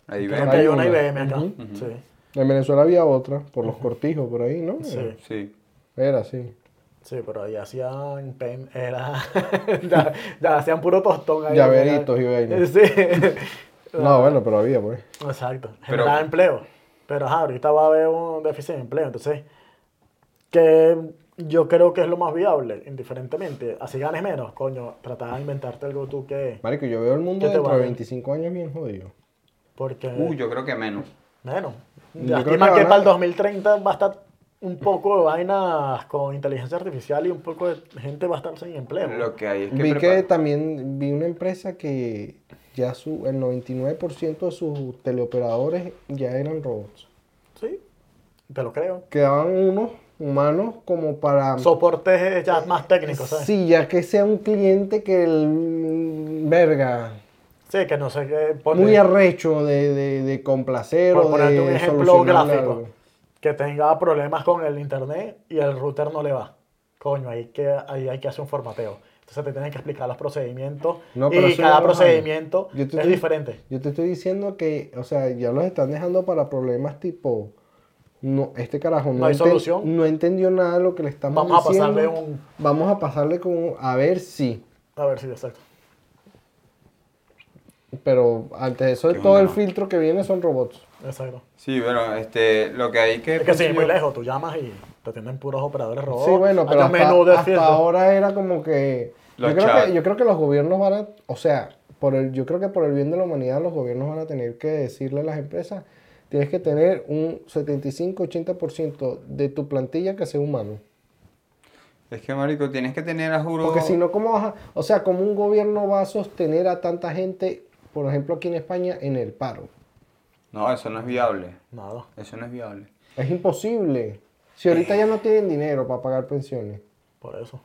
Speaker 2: La
Speaker 1: Creo
Speaker 2: IBM.
Speaker 1: que hay
Speaker 4: Hay
Speaker 1: una
Speaker 4: una.
Speaker 1: IBM acá. Sí.
Speaker 4: En Venezuela había otra, por los cortijos, por ahí, ¿no?
Speaker 1: Sí,
Speaker 2: Sí.
Speaker 4: Era así.
Speaker 1: sí, pero ahí hacían pen, era, *laughs* ya, ya hacían puro tostón ahí.
Speaker 4: Llaveritos y vainas.
Speaker 1: Sí. Ah.
Speaker 4: No, bueno, pero había, pues.
Speaker 1: *laughs* Exacto,
Speaker 2: Pero-
Speaker 1: generaba empleo. Pero ajá, ahorita va a haber un déficit de empleo, entonces, que yo creo que es lo más viable, indiferentemente. Así ganes menos, coño, tratar de inventarte algo tú que...
Speaker 4: Marico, yo veo el mundo
Speaker 1: ¿Qué te
Speaker 4: dentro
Speaker 1: va a
Speaker 4: de
Speaker 1: ver?
Speaker 4: 25 años bien jodido.
Speaker 1: Porque...
Speaker 4: Eh.
Speaker 2: Uh, yo creo que menos.
Speaker 1: Bueno,
Speaker 4: Yo creo
Speaker 1: estima
Speaker 4: que
Speaker 1: que,
Speaker 4: van a-
Speaker 1: para el 2030 va a estar un poco de vainas con inteligencia artificial y un poco de gente va a estar sin empleo.
Speaker 2: Lo que hay es que
Speaker 4: vi que
Speaker 2: prepara-
Speaker 4: también vi una empresa que ya su, el 99% de sus teleoperadores ya eran robots.
Speaker 1: Sí, te lo creo.
Speaker 4: Quedaban unos humanos como para...
Speaker 1: Soportes ya más técnicos, ¿sabes? Sí.
Speaker 4: Sí, ya que sea un cliente que el... Verga.
Speaker 1: que no sé qué... ponte-
Speaker 4: Muy arrecho de, de, de complacer
Speaker 1: Por
Speaker 4: o
Speaker 1: ponerte
Speaker 4: de
Speaker 1: un ejemplo
Speaker 4: solucionarle
Speaker 1: gráfico.
Speaker 4: algo.
Speaker 1: que tenga problemas con el internet y el router no le va. Coño, ahí, que, ahí hay que hacer un formateo. Entonces te tienen que explicar los procedimientos
Speaker 4: No, pero
Speaker 1: y
Speaker 4: eso ya
Speaker 1: cada
Speaker 4: lo vas a ver.
Speaker 1: procedimiento
Speaker 4: Yo te
Speaker 1: es
Speaker 4: estoy-
Speaker 1: diferente.
Speaker 4: Yo te estoy diciendo que, o sea, ya los están dejando para problemas tipo... No, este carajo no,
Speaker 1: No hay
Speaker 4: enten-
Speaker 1: solución.
Speaker 4: no entendió nada de lo que le estamos
Speaker 1: Vamos a
Speaker 4: diciendo.
Speaker 1: pasarle un...
Speaker 4: Vamos a pasarle con... A ver si...
Speaker 1: A ver si, exacto.
Speaker 4: Pero antes de eso,
Speaker 2: Qué
Speaker 4: todo el
Speaker 2: onda, ¿no?
Speaker 4: filtro que viene son robots.
Speaker 1: Exacto.
Speaker 2: Sí, bueno, este, lo que hay que...
Speaker 1: Es que sí,
Speaker 2: conseguir-
Speaker 1: muy lejos. Tú llamas y te atienden puros operadores robots.
Speaker 4: Sí, bueno, pero
Speaker 1: Hasta
Speaker 4: hasta,
Speaker 1: menú de
Speaker 4: hasta
Speaker 1: fiesta.
Speaker 4: ahora era como que yo,
Speaker 2: Los
Speaker 4: creo
Speaker 2: chat.
Speaker 4: que... yo creo que los gobiernos van a... O sea, por el, yo creo que por el bien de la humanidad los gobiernos van a tener que decirle a las empresas, tienes que tener un 75-80% de tu plantilla que sea humano.
Speaker 2: Es que, marico, tienes que tener a juro...
Speaker 4: Porque si no, ¿cómo vas a- O sea, ¿cómo un gobierno va a sostener a tanta gente, por ejemplo, aquí en España, en el paro?
Speaker 2: No, eso no es viable.
Speaker 1: Nada.
Speaker 2: Eso no es viable.
Speaker 4: Es imposible. Si ahorita ya no tienen dinero para pagar pensiones.
Speaker 1: Por eso.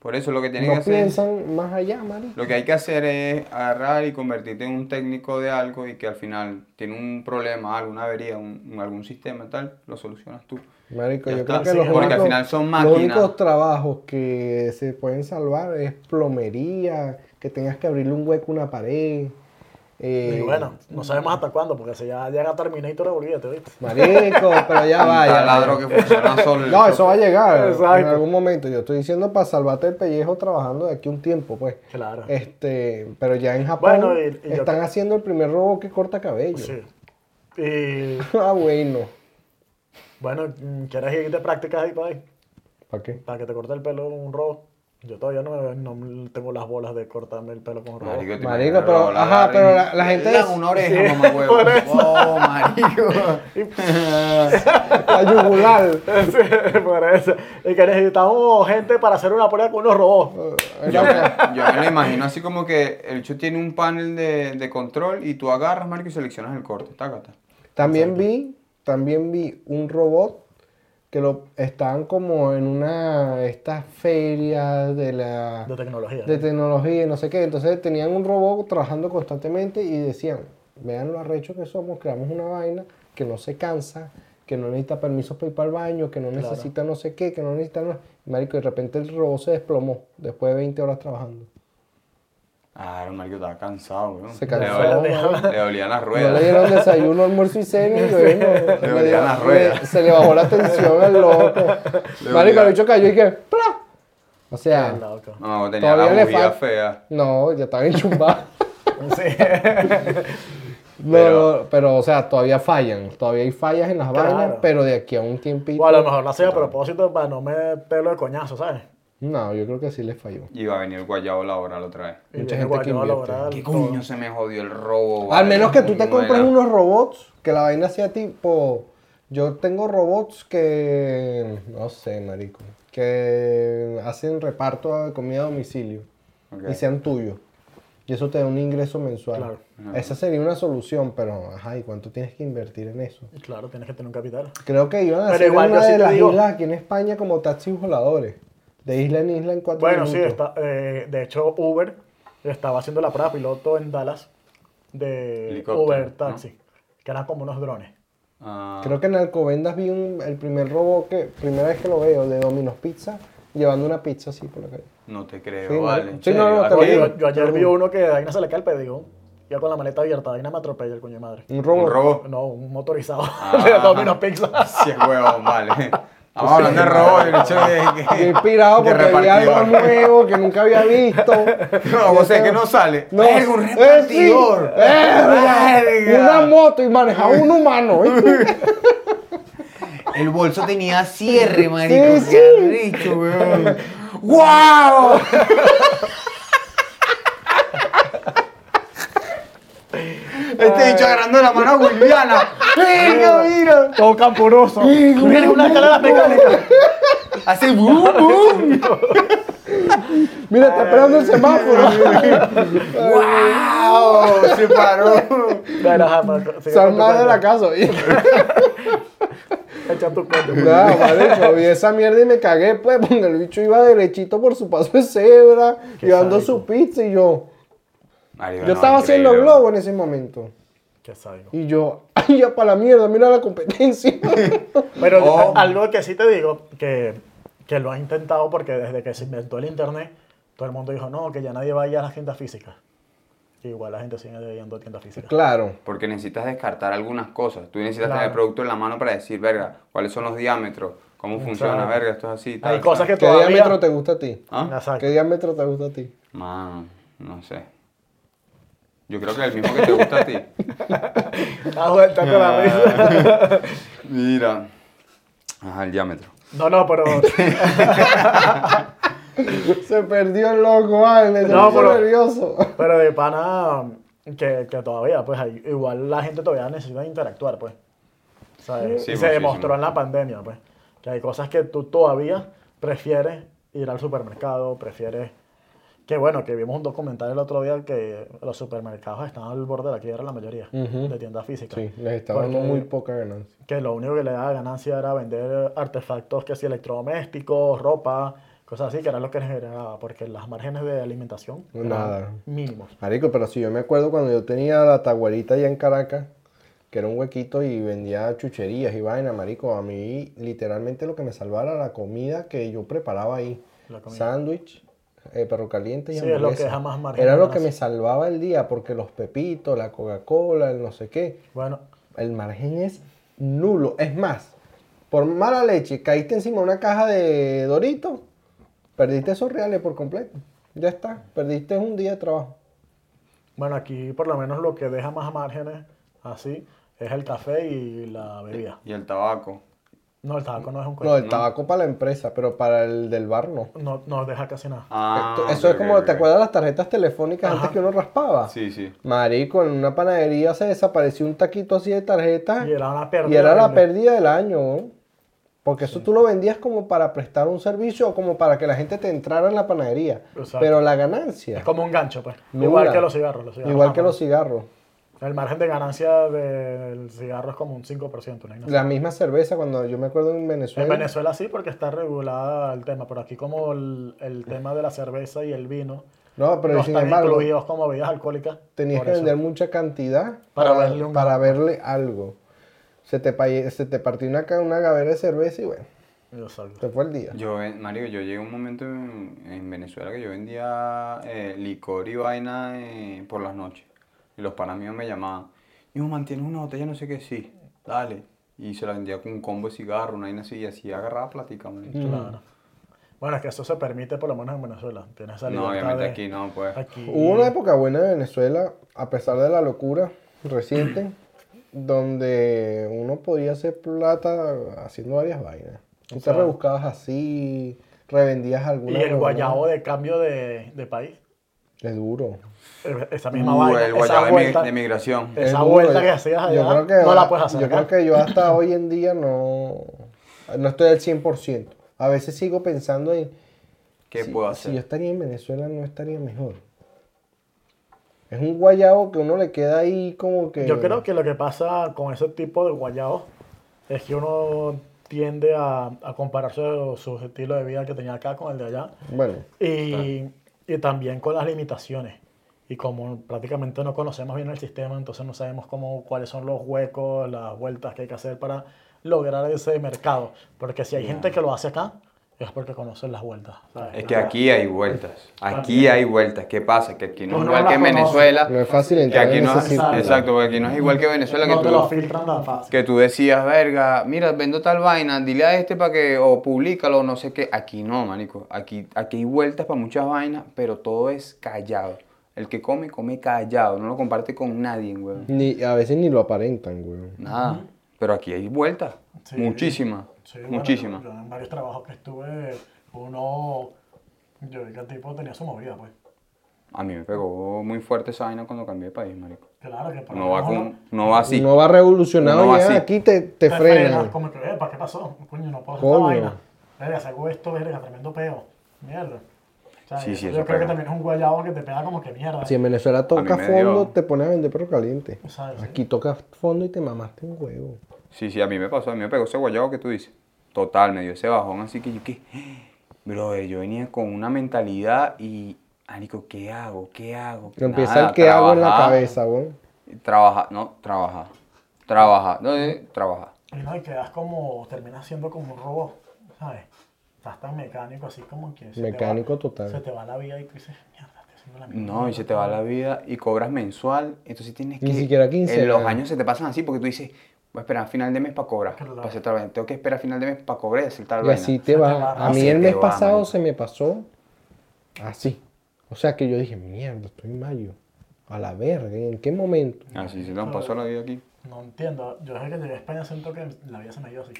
Speaker 2: Por eso lo que tienes que
Speaker 4: No
Speaker 2: hacer...
Speaker 4: piensan más allá, Mari.
Speaker 2: Lo que hay que hacer es agarrar y convertirte en un técnico de algo y que al final tiene un problema, alguna avería, un- un- algún sistema tal, lo solucionas tú.
Speaker 4: Marico,
Speaker 2: Ya
Speaker 4: yo
Speaker 2: está,
Speaker 4: creo que
Speaker 1: sí,
Speaker 4: los,
Speaker 1: porque al
Speaker 4: únicos-
Speaker 2: final son
Speaker 4: los
Speaker 2: máquinas.
Speaker 4: únicos trabajos que se pueden salvar es plomería, que tengas que abrirle un hueco a una pared. eh,
Speaker 1: Y bueno, no sabemos hasta cuándo, porque si ya llega Terminator, olvídate, ¿viste?
Speaker 4: Marico, pero ya
Speaker 2: *laughs* Un
Speaker 4: Ah, vaya.
Speaker 2: taladro que funciona solo.
Speaker 4: *laughs* No, eso va a llegar en
Speaker 1: Exacto.
Speaker 4: algún momento. Yo estoy diciendo para salvarte el pellejo trabajando de aquí un tiempo, pues.
Speaker 1: Claro.
Speaker 4: Este, pero ya en Japón
Speaker 1: Bueno, y- y yo
Speaker 4: están
Speaker 1: creo-
Speaker 4: haciendo el primer robo que corta cabello.
Speaker 1: Sí. Y
Speaker 4: *laughs* ah, bueno.
Speaker 1: bueno, mm, ¿quieres ir de prácticas ahí para ahí?
Speaker 4: ¿Para qué?
Speaker 1: Para que te corte el pelo con un robo. Yo todavía no, me- no tengo las bolas de cortarme el pelo con un robo.
Speaker 2: Marico, te
Speaker 4: Marico,
Speaker 2: imaginas,
Speaker 4: pero-
Speaker 2: lo- lo
Speaker 4: ajá,
Speaker 2: agarran
Speaker 4: pero
Speaker 2: y-
Speaker 4: la- la gente
Speaker 2: Le dan
Speaker 4: es-
Speaker 2: una oreja, mamá huevo.
Speaker 1: por eso.
Speaker 4: *laughs*
Speaker 2: Oh, marico.
Speaker 4: La
Speaker 1: *laughs*
Speaker 4: yugular.
Speaker 1: *laughs* Sí, por eso. Y que necesitamos gente para hacer una prueba con unos robots.
Speaker 2: Yo, yo me lo imagino así como que el chu tiene un panel de, de control y tú agarras, marico, y seleccionas el corte. Tácata.
Speaker 4: También vi, también vi un robot que lo estaban como en una de estas ferias de la
Speaker 1: De tecnología.
Speaker 4: de tecnología y no sé qué. Entonces tenían un robot trabajando constantemente y decían, vean lo arrecho que somos, creamos una vaina que no se cansa, que no necesita permisos para ir para el baño, que no
Speaker 1: Claro.
Speaker 4: necesita no sé qué, que no necesita no-". Marico, y de repente el robot se desplomó después de 20 horas trabajando.
Speaker 2: Ah, marico, estaba cansado, weón.
Speaker 4: Se
Speaker 2: Le,
Speaker 4: cansó.
Speaker 2: dolía-
Speaker 4: marico.
Speaker 2: le dolían las
Speaker 4: No le
Speaker 2: ruedas.
Speaker 4: dieron desayuno, almuerzo y cena
Speaker 2: *laughs*
Speaker 4: y bueno, le
Speaker 2: dolían
Speaker 4: dio-
Speaker 2: las ruedas.
Speaker 4: le- se le bajó la tensión al loco.
Speaker 2: *laughs* Le
Speaker 4: Marico,
Speaker 2: dolía.
Speaker 4: el bicho cayó y que ¡plá! O sea,
Speaker 1: Qué loco.
Speaker 2: No, tenía
Speaker 4: Todavía
Speaker 2: la
Speaker 4: le
Speaker 2: bujía
Speaker 4: fal-
Speaker 2: fea.
Speaker 4: no, ya estaba
Speaker 2: *laughs*
Speaker 4: enchumbado.
Speaker 1: Sí. *laughs*
Speaker 4: No,
Speaker 2: Pero-
Speaker 4: no, pero, o sea, todavía fallan. Todavía hay fallas en las
Speaker 1: Claro.
Speaker 4: vainas, pero de aquí a un tiempito.
Speaker 1: O a lo mejor lo hacía a propósito para no me pelo de coñazo, ¿sabes?
Speaker 4: No, yo creo que sí les falló.
Speaker 2: Y va a venir el guayabo laboral otra vez.
Speaker 1: Y
Speaker 4: Mucha
Speaker 1: viene
Speaker 4: gente que
Speaker 1: guayabo
Speaker 4: invierte.
Speaker 1: laboral,
Speaker 2: ¿Qué
Speaker 1: todo.
Speaker 2: coño se me jodió el robo?
Speaker 4: Al
Speaker 2: vale?
Speaker 4: menos que tú te
Speaker 2: Coño,
Speaker 4: compres
Speaker 2: era-
Speaker 4: unos robots, que la vaina sea tipo. Yo tengo robots que. No sé, marico. Que hacen reparto de comida a domicilio.
Speaker 2: Ok.
Speaker 4: Y sean tuyos. Y eso te da un ingreso mensual.
Speaker 1: Claro.
Speaker 2: Ajá.
Speaker 4: Esa sería una solución, pero. Ajá, ¿y cuánto tienes que invertir en eso?
Speaker 1: Y Claro, tienes que tener un capital.
Speaker 4: Creo que iban a
Speaker 1: Pero
Speaker 4: hacer
Speaker 1: igual yo
Speaker 4: una
Speaker 1: sí
Speaker 4: de
Speaker 1: te
Speaker 4: las
Speaker 1: digo-
Speaker 4: islas aquí en España como taxis voladores. De isla en isla en cuatro
Speaker 1: Bueno, sí,
Speaker 4: minutos.
Speaker 1: está, eh, de hecho Uber estaba haciendo la prueba piloto en Dallas de
Speaker 2: Helicóptero,
Speaker 1: Uber
Speaker 2: ¿no?
Speaker 1: Taxi, que eran como unos drones.
Speaker 2: Ah,
Speaker 4: Creo que en Alcobendas vi un- el primer robo que, primera vez que lo veo, de Domino's Pizza, llevando una pizza así por la calle.
Speaker 2: no te creo,
Speaker 4: Sí, no-
Speaker 2: vale.
Speaker 4: sí, no, no, te lo
Speaker 2: Aquí-
Speaker 4: digo.
Speaker 1: Yo, yo ayer vi uno que a Aina se le cae el pedigón. Iba con la maleta abierta, vaina me atropella el coño de madre.
Speaker 4: Un robo.
Speaker 2: Un robo.
Speaker 1: No, un motorizado *laughs* de
Speaker 2: Ah.
Speaker 1: Domino's Pizza.
Speaker 2: Sí, huevón, vale. Vamos hablando de robo y el hecho de que.
Speaker 4: Yo inspirado
Speaker 2: *laughs* de
Speaker 4: porque había algo
Speaker 2: repartidor.
Speaker 4: nuevo que nunca había visto.
Speaker 2: *laughs* No, o sea que no sale.
Speaker 4: No.
Speaker 2: Verga, un
Speaker 4: Eh, sí. Eh,
Speaker 2: repartidor.
Speaker 4: Verga.
Speaker 2: Verga.
Speaker 4: Una moto y manejaba un humano. ¿viste?
Speaker 2: El bolso tenía cierre,
Speaker 4: marico, Sí,
Speaker 2: Qué arrecho, weón.
Speaker 4: *laughs*
Speaker 2: ¡Wow! Este bicho agarrando la mano a Juliana. *laughs* ¡Venga, mira!
Speaker 1: Todo *laughs* campuroso.
Speaker 4: Mira,
Speaker 1: una
Speaker 4: *laughs*
Speaker 1: escalera mecánica.
Speaker 2: Hace boom, boom.
Speaker 4: Mira, está esperando el *laughs* semáforo.
Speaker 2: ¡Wow! Se paró.
Speaker 1: Pero, ajá, pa- sigue con tu
Speaker 4: Salmado
Speaker 1: cuento.
Speaker 4: de la casa.
Speaker 2: *laughs*
Speaker 4: ¿viste?
Speaker 1: Echa tu pues. cuento.
Speaker 4: No, marico, vi esa mierda y me cagué, pues, porque el bicho iba derechito por su paso de cebra,
Speaker 1: Qué
Speaker 4: llevando
Speaker 1: sádico.
Speaker 4: su pizza y yo.
Speaker 2: Marico,
Speaker 4: Yo
Speaker 2: no,
Speaker 4: estaba haciendo
Speaker 2: increíble.
Speaker 4: globo en ese momento.
Speaker 1: Qué sádico.
Speaker 4: Y yo, ay, ya para la mierda, mira la competencia.
Speaker 1: Pero
Speaker 2: Oh.
Speaker 1: a- algo que sí te digo, que, que lo has intentado porque desde que se inventó el internet, todo el mundo dijo, no, que ya nadie va a ir a las tiendas físicas. Que igual la gente sigue yendo a tiendas físicas.
Speaker 4: *laughs* claro.
Speaker 2: Porque necesitas descartar algunas cosas. Tú necesitas
Speaker 1: Claro.
Speaker 2: tener el producto en la mano para decir, verga, cuáles son los diámetros, cómo funciona, verga, esto es así.
Speaker 1: Hay cosas que
Speaker 4: ¿Qué
Speaker 1: todavía...
Speaker 4: diámetro te gusta a ti?
Speaker 2: ¿Ah?
Speaker 1: Exacto.
Speaker 4: ¿Qué diámetro te gusta a ti? *laughs*
Speaker 2: Mano, no sé. Yo creo que el mismo que te gusta
Speaker 4: *laughs*
Speaker 2: a ti.
Speaker 1: Ah, bueno, está con la risa.
Speaker 2: Mira. Ajá, el diámetro.
Speaker 1: No, no, pero...
Speaker 4: Se perdió el loco, vale, se
Speaker 1: No,
Speaker 4: puso
Speaker 1: pero-
Speaker 4: nervioso.
Speaker 1: Pero de pana, que, que todavía, pues hay- igual la gente todavía necesita interactuar, pues. ¿Sabes?
Speaker 2: Sí,
Speaker 1: y se
Speaker 2: muchísimo.
Speaker 1: demostró en la pandemia, pues. Que hay cosas que tú todavía prefieres ir al supermercado, prefieres... Que bueno, que vimos un documental el otro día que los supermercados están al borde de la quiebra la mayoría
Speaker 4: Ujú.
Speaker 1: de tiendas físicas.
Speaker 4: Sí, les estaba dando
Speaker 1: Porque-
Speaker 4: muy poca ganancia.
Speaker 1: que lo único que le daba ganancia era vender artefactos que si electrodomésticos, ropa, cosas así, que era lo que les generaba, porque las márgenes de alimentación eran
Speaker 4: Nada.
Speaker 1: mínimos.
Speaker 4: Marico, pero si yo me acuerdo cuando yo tenía la taguarita allá en Caracas, que era un huequito y vendía chucherías y vaina, marico, a mí literalmente lo que me salvara era la comida que yo preparaba ahí.
Speaker 1: La comida.
Speaker 4: Sándwich, eh, perro caliente y
Speaker 1: Sí, es lo
Speaker 4: hamburguesa.
Speaker 1: que jamás margen
Speaker 4: Era
Speaker 1: de
Speaker 4: lo que me
Speaker 1: ganancia.
Speaker 4: salvaba el día, porque los pepitos, la Coca-Cola, el no sé qué,
Speaker 1: Bueno,
Speaker 4: el margen es nulo. Es más, por mala leche, caíste encima de una caja de Doritos, perdiste esos reales por completo. Ya está, perdiste un día de trabajo.
Speaker 1: bueno, aquí por lo menos lo que deja más márgenes así es el café y la bebida.
Speaker 2: Y el tabaco.
Speaker 1: No, el tabaco no es un
Speaker 4: No, el
Speaker 1: cuento.
Speaker 4: tabaco para la empresa, pero para el del bar no.
Speaker 1: No, no deja casi nada.
Speaker 2: Ah,
Speaker 4: Esto- Eso es
Speaker 2: ok,
Speaker 4: como,
Speaker 2: ok,
Speaker 4: ¿te
Speaker 2: ok.
Speaker 4: acuerdas las tarjetas telefónicas antes que uno raspaba?
Speaker 2: Sí, sí.
Speaker 4: Marico, en una panadería se desapareció un taquito así de tarjeta
Speaker 1: Y era una
Speaker 4: y
Speaker 1: pérdida.
Speaker 4: era la
Speaker 1: horrible.
Speaker 4: pérdida del año. ¿no? Porque eso tú lo vendías como para prestar un servicio o como para que la gente te entrara en la panadería.
Speaker 1: Exacto.
Speaker 4: Pero la
Speaker 1: Es
Speaker 4: ganancia,
Speaker 1: como un gancho, pues.
Speaker 4: Nula.
Speaker 1: Igual que los cigarros. los cigarros
Speaker 4: igual que
Speaker 1: jamás.
Speaker 4: los cigarros.
Speaker 1: El margen de ganancia del cigarro es como un 5%. una
Speaker 4: La misma cerveza, cuando yo me acuerdo en
Speaker 1: En
Speaker 4: Venezuela.
Speaker 1: Venezuela sí, porque está regulada el tema, pero aquí como el, el tema de la cerveza y el vino
Speaker 4: No, pero
Speaker 1: no
Speaker 4: sin
Speaker 1: están
Speaker 4: embargo,
Speaker 1: incluidos como bebidas alcohólicas.
Speaker 4: tenías
Speaker 1: por
Speaker 4: que
Speaker 1: eso.
Speaker 4: vender mucha cantidad
Speaker 1: Para
Speaker 4: para,
Speaker 1: verle un-
Speaker 4: para verle algo. Se te, paye- se te partió una, ca- una gavera de cerveza y bueno,
Speaker 1: Exacto.
Speaker 4: se fue el día.
Speaker 2: Yo, eh, Mario, yo llegué a un momento en, en Venezuela que yo vendía eh, licor y vaina eh, por las noches. Y los panas míos me llamaban. Y me mantienes una botella, no sé qué, sí, dale. Y se la vendía con un combo de cigarro, una vaina así, y así agarraba plática, marico.
Speaker 1: Claro. Mm. Bueno, es que eso se permite por lo menos en Venezuela. Tienes esa
Speaker 2: No,
Speaker 1: libertad
Speaker 2: obviamente
Speaker 1: de-
Speaker 2: aquí no, pues.
Speaker 1: aquí-
Speaker 4: Hubo una época buena de Venezuela, a pesar de la locura reciente, *clears throat* donde uno podía hacer plata haciendo varias vainas. Tú te
Speaker 1: Exacto.
Speaker 4: rebuscabas así, revendías
Speaker 1: Y
Speaker 4: alguna.
Speaker 1: el
Speaker 4: huevonada.
Speaker 1: guayabo de cambio de, de país.
Speaker 4: Es duro.
Speaker 1: eh, Esa misma
Speaker 2: Uh,
Speaker 1: vaina. Eh,
Speaker 2: el
Speaker 1: esa
Speaker 2: guayabo de, mi-
Speaker 1: vuelta.
Speaker 2: de migración.
Speaker 1: Esa
Speaker 4: Es duro.
Speaker 1: vuelta que hacías allá,
Speaker 4: yo creo que
Speaker 1: no la
Speaker 4: ahora-
Speaker 1: puedes hacer
Speaker 4: Yo
Speaker 1: acá.
Speaker 4: creo que
Speaker 1: *clears throat*
Speaker 4: yo hasta hoy en día no, no estoy al 100%. A veces sigo pensando en,
Speaker 2: ¿Qué
Speaker 4: si,
Speaker 2: puedo
Speaker 4: si yo
Speaker 2: hacer?
Speaker 4: estaría en Venezuela no estaría mejor. Es un guayabo que uno le queda ahí como que...
Speaker 1: Yo creo que lo que pasa con ese tipo de guayabos es que uno tiende a, a comparar su, su estilo de vida que tenía acá con el de allá.
Speaker 4: Bueno,
Speaker 1: Y, y también con las limitaciones. Y como prácticamente no conocemos bien el sistema, entonces no sabemos cómo, cuáles son los huecos, las vueltas que hay que hacer para lograr ese mercado. Porque si hay gente que lo hace acá, es porque conocen las vueltas. ¿sabes?
Speaker 2: Es que aquí hay vueltas. Aquí hay vueltas. ¿Qué pasa? Que aquí no
Speaker 1: Pues
Speaker 2: es igual que en Venezuela.
Speaker 4: No es fácil
Speaker 2: Que
Speaker 4: entrar
Speaker 2: aquí
Speaker 4: en
Speaker 2: no
Speaker 4: ese
Speaker 2: es,
Speaker 4: círculo.
Speaker 2: exacto, porque aquí no es igual que Venezuela que
Speaker 1: no te lo
Speaker 2: tú,
Speaker 1: filtran tan fácil.
Speaker 2: que tú decías, verga, mira, vendo tal vaina, dile a este para que, o públicalo, no sé qué. Aquí no, manico. Aquí, aquí hay vueltas para muchas vainas, pero todo es callado. El que come, come callado. No lo comparte con nadie, weón.
Speaker 4: Ni, a veces ni lo aparentan, güey.
Speaker 2: Nada. Pero aquí hay vueltas.
Speaker 1: Sí.
Speaker 2: Muchísimas.
Speaker 1: Sí, bueno,
Speaker 2: muchísimas.
Speaker 1: yo- yo en varios trabajos que estuve, uno, yo vi que el tipo tenía su movida, pues.
Speaker 2: A mí me pegó muy fuerte esa vaina cuando cambié de país, marico.
Speaker 1: Claro que por lo
Speaker 2: No va,
Speaker 1: menos uno
Speaker 2: con, no va así.
Speaker 4: No va revolucionado
Speaker 2: Uno va
Speaker 4: y ah,
Speaker 2: así.
Speaker 4: aquí te,
Speaker 1: te
Speaker 4: te frenan.
Speaker 1: como que, "Epa, ¿qué pasó? Coño, no puedo hacer
Speaker 4: Coño.
Speaker 1: esta vaina. Verga, si hago esto, verga, tremendo peo. Mierda. O sea,
Speaker 2: Sí, sí,
Speaker 1: yo
Speaker 2: eso
Speaker 1: creo que
Speaker 2: pega.
Speaker 1: también es un guayabo que te pega como que mierda.
Speaker 4: Si en Venezuela
Speaker 2: A
Speaker 4: toca
Speaker 2: mí me
Speaker 4: fondo,
Speaker 2: dio-
Speaker 4: te pones a vender perro caliente.
Speaker 1: ¿Sabes?
Speaker 4: Aquí tocas fondo y te mamaste un huevo.
Speaker 2: Sí, sí, a mí me pasó, a mí me pegó ese guayabo que tú dices. Total, me dio ese bajón, así que yo qué. *gasps* Bro, yo venía con una mentalidad y. Marico, ¿qué hago? ¿Qué hago?
Speaker 4: Que Empieza
Speaker 2: Nada,
Speaker 4: el que hago en la
Speaker 2: trabajar,
Speaker 4: cabeza, güey.
Speaker 2: Trabaja, no, trabaja. Trabaja, no, eh, trabaja.
Speaker 1: Y no, y quedas como, terminas siendo como un robot, ¿sabes? Estás tan mecánico, así como que. se te va-
Speaker 4: Mecánico
Speaker 1: Se
Speaker 4: total.
Speaker 1: te va la vida y tú dices, mierda, estoy haciendo la misma
Speaker 2: No, y se te va la vida y cobras mensual, entonces tienes que...
Speaker 4: Ni siquiera
Speaker 2: En
Speaker 4: quincenal.
Speaker 2: los años se te pasan así porque tú dices, voy a esperar a final de mes para cobrar,
Speaker 1: Claro.
Speaker 2: para hacer tal vaina. Tengo que esperar a final de mes para cobrar y hacer tal
Speaker 4: Y
Speaker 2: vaina.
Speaker 4: así te va.
Speaker 1: va,
Speaker 4: A
Speaker 2: se
Speaker 4: mí el
Speaker 2: te
Speaker 4: mes
Speaker 2: va,
Speaker 4: pasado
Speaker 2: marico.
Speaker 4: se me pasó así. O sea que yo dije, mierda, estoy en mayo. A la verga, ¿en qué momento?
Speaker 2: Así se nos pasó la vida aquí.
Speaker 1: No entiendo. Yo desde que llegué a España siento que la vida se me ha ido
Speaker 2: *laughs*
Speaker 1: así.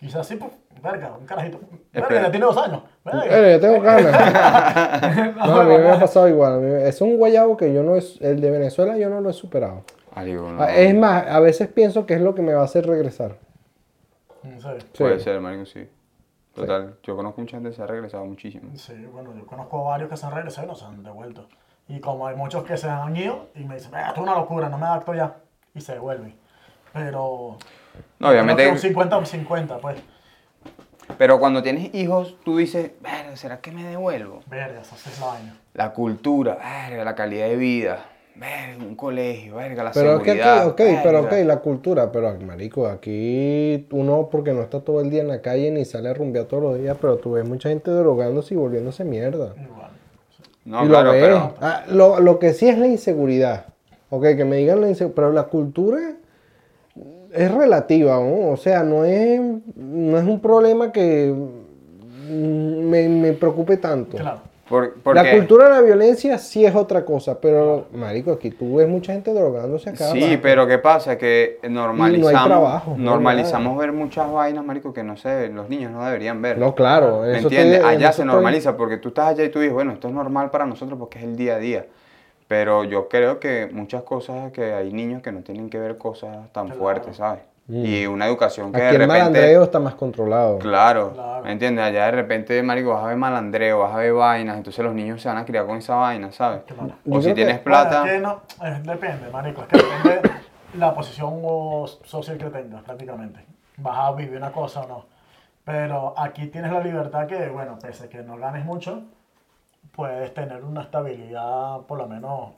Speaker 1: Quizás sí, pues, verga, un carajito. Verga,
Speaker 2: Espera.
Speaker 1: ya tiene dos años. Verga.
Speaker 4: Eh, yo tengo *laughs* ganas. No, a mí me ha pasado igual. a mí me- Es un guayabo que yo no es. El de Venezuela yo no lo he superado.
Speaker 2: Ah, digo, no,
Speaker 4: Ah, Es más, a veces pienso que es lo que me va a hacer regresar.
Speaker 1: En serio.
Speaker 2: Puede ser, marico, sí. Total, yo conozco mucha gente que se ha regresado muchísimo.
Speaker 1: Sí, bueno, yo conozco a varios que se han regresado y no se han devuelto. Y como hay muchos que se han ido y me dicen, "Verga, esto es una locura, no me adapto ya. Y se devuelven. Pero.
Speaker 2: No, obviamente,
Speaker 1: creo que Un 50 un 50, pues.
Speaker 2: pero cuando tienes hijos, tú dices, "Verga, ¿será que me devuelvo?
Speaker 1: Verga, eso sí es la vaina.
Speaker 2: La cultura, verga, la calidad de vida, verga, un colegio, verga, la
Speaker 4: Pero es que
Speaker 2: seguridad.
Speaker 4: aquí, ok, pero ok,
Speaker 2: verga".
Speaker 4: la cultura, pero marico, aquí uno porque no está todo el día en la calle ni sale a rumbear todos los días, pero tú ves mucha gente drogándose y volviéndose mierda.
Speaker 1: Igual.
Speaker 2: No,
Speaker 4: y lo
Speaker 2: claro,
Speaker 4: ves.
Speaker 2: pero...
Speaker 4: Ah, lo, lo que sí es la inseguridad. Ok, que me digan la inseguridad, pero la cultura es relativa, ¿no? O sea, no es, no es un problema que mm, me, me preocupe tanto.
Speaker 1: Claro.
Speaker 2: Por, porque...
Speaker 4: La cultura de la violencia sí es otra cosa, pero, marico, aquí tú ves mucha gente drogándose acá.
Speaker 2: Sí, pero ¿qué pasa? Que normalizamos,
Speaker 4: trabajo, no hay
Speaker 2: normalizamos ver muchas vainas, marico, que no sé, los niños no deberían ver.
Speaker 4: No, claro.
Speaker 2: ¿Me
Speaker 4: eso te-
Speaker 2: entiendes?
Speaker 4: en
Speaker 2: allá
Speaker 4: eso
Speaker 2: se
Speaker 4: estoy-
Speaker 2: normaliza, porque tú estás allá y tú dices, bueno, esto es normal para nosotros porque es el día a día. Pero yo creo que muchas cosas, que hay niños que no tienen que ver cosas tan
Speaker 1: Claro.
Speaker 2: fuertes, ¿sabes? Y una educación que
Speaker 4: Mm. Aquí
Speaker 2: de
Speaker 4: el
Speaker 2: repente...
Speaker 4: malandreo está más controlado.
Speaker 2: Claro,
Speaker 1: Claro.
Speaker 2: ¿me entiendes? Allá de repente, marico, vas a ver malandreo, vas a ver vainas, entonces los niños se van a criar con esa vaina, ¿sabes?
Speaker 1: Claro.
Speaker 4: Yo
Speaker 2: O
Speaker 4: creo
Speaker 2: si
Speaker 4: que-
Speaker 2: tienes plata...
Speaker 1: Bueno, es que no, es- depende, marico. Es que depende la posición o social que tengas, prácticamente. Vas a vivir una cosa o no. Pero aquí tienes la libertad que, bueno, pese a que no ganes mucho, puedes tener una estabilidad, por lo menos.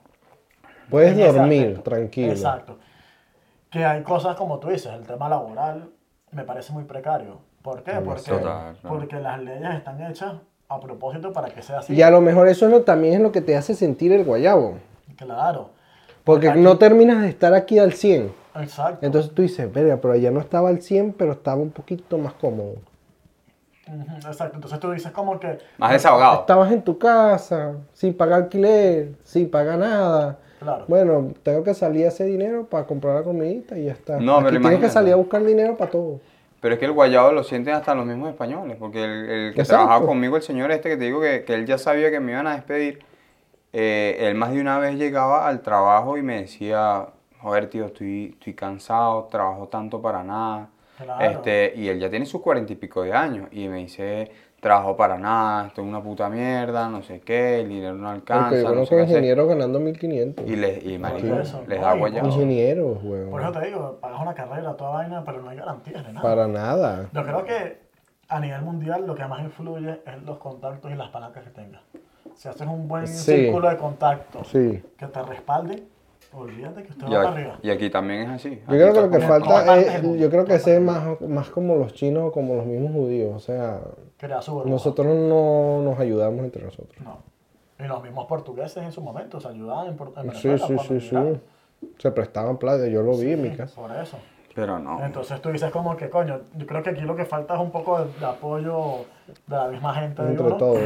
Speaker 4: Puedes
Speaker 1: en ese
Speaker 4: dormir
Speaker 1: aspecto.
Speaker 4: tranquilo.
Speaker 1: Exacto. Que hay cosas como tú dices, el tema laboral me parece muy precario. ¿Por qué? Porque,
Speaker 2: Total, claro.
Speaker 1: porque las leyes están hechas a propósito para que sea así.
Speaker 4: Y a lo mejor eso es lo- también es lo que te hace sentir el guayabo.
Speaker 1: Claro.
Speaker 4: Porque
Speaker 1: Aquí-
Speaker 4: no terminas de estar aquí al 100.
Speaker 1: Exacto.
Speaker 4: Entonces tú dices, verga, pero allá no estaba al 100, pero estaba un poquito más cómodo.
Speaker 1: Ujú, Exacto, entonces tú dices como que...
Speaker 2: Más desahogado.
Speaker 4: Estabas en tu casa, sin pagar alquiler, sin pagar nada.
Speaker 1: Claro.
Speaker 4: Bueno, tengo que salir a hacer dinero para comprar la comidita y ya está.
Speaker 2: No,
Speaker 4: Aquí
Speaker 2: pero
Speaker 4: tienes que
Speaker 2: imagínate.
Speaker 4: salir a buscar dinero para todo.
Speaker 2: Pero es que el guayabo lo sienten hasta los mismos españoles, porque el, el que
Speaker 4: Exacto.
Speaker 2: trabajaba conmigo, el señor este que te digo que, que él ya sabía que me iban a despedir, eh, él más de una vez llegaba al trabajo y me decía, joder tío, estoy, estoy cansado, trabajo tanto para nada.
Speaker 1: Claro.
Speaker 2: Este, y él ya tiene sus cuarenta y pico de años y me dice, trabajo para nada, esto es una puta mierda, no sé qué, el dinero no alcanza,
Speaker 4: Porque yo
Speaker 2: no
Speaker 4: conozco
Speaker 2: sé qué hacer.
Speaker 4: ingenieros ganando 1500.
Speaker 2: Y, les, y marico,
Speaker 1: Por eso,
Speaker 2: les
Speaker 1: ¿no?
Speaker 2: da
Speaker 1: Y-
Speaker 2: guayabo.
Speaker 4: Ingenieros, weón.
Speaker 1: Por eso te digo, pagas una carrera, toda vaina, pero no hay garantías de nada.
Speaker 4: Para nada.
Speaker 1: Yo creo que a nivel mundial lo que más influye es los contactos y las palancas que tengas. Si haces un buen
Speaker 4: Sí.
Speaker 1: círculo de contactos
Speaker 4: Sí.
Speaker 1: que te respalde, Olvídate que usted
Speaker 2: Y
Speaker 1: va para arriba.
Speaker 2: aquí, y aquí también es así.
Speaker 4: Yo creo que lo
Speaker 2: Aquí
Speaker 4: que
Speaker 2: está
Speaker 1: como- como
Speaker 4: falta
Speaker 1: parte
Speaker 4: es,
Speaker 1: del mundo,
Speaker 4: yo creo que
Speaker 1: como
Speaker 4: ese
Speaker 1: parte
Speaker 4: es
Speaker 1: del
Speaker 4: más, más como los chinos o como los mismos judíos, o sea,
Speaker 1: Crea su burbuja.
Speaker 4: nosotros no nos ayudamos entre nosotros.
Speaker 1: No. Y los mismos portugueses en su momento se ayudaban en, Por- en
Speaker 4: Sí,
Speaker 1: Venezuela.
Speaker 4: sí, sí,
Speaker 1: cuando
Speaker 4: sí.
Speaker 1: llegaron.
Speaker 4: Se prestaban plata, yo lo vi en mi
Speaker 1: Sí,
Speaker 4: casa.
Speaker 1: Por eso.
Speaker 2: como- Pero no.
Speaker 1: Entonces tú dices como que, coño, yo creo que aquí lo que falta es un poco de, de apoyo de la misma gente. de
Speaker 4: Entre
Speaker 1: uno.
Speaker 4: todos.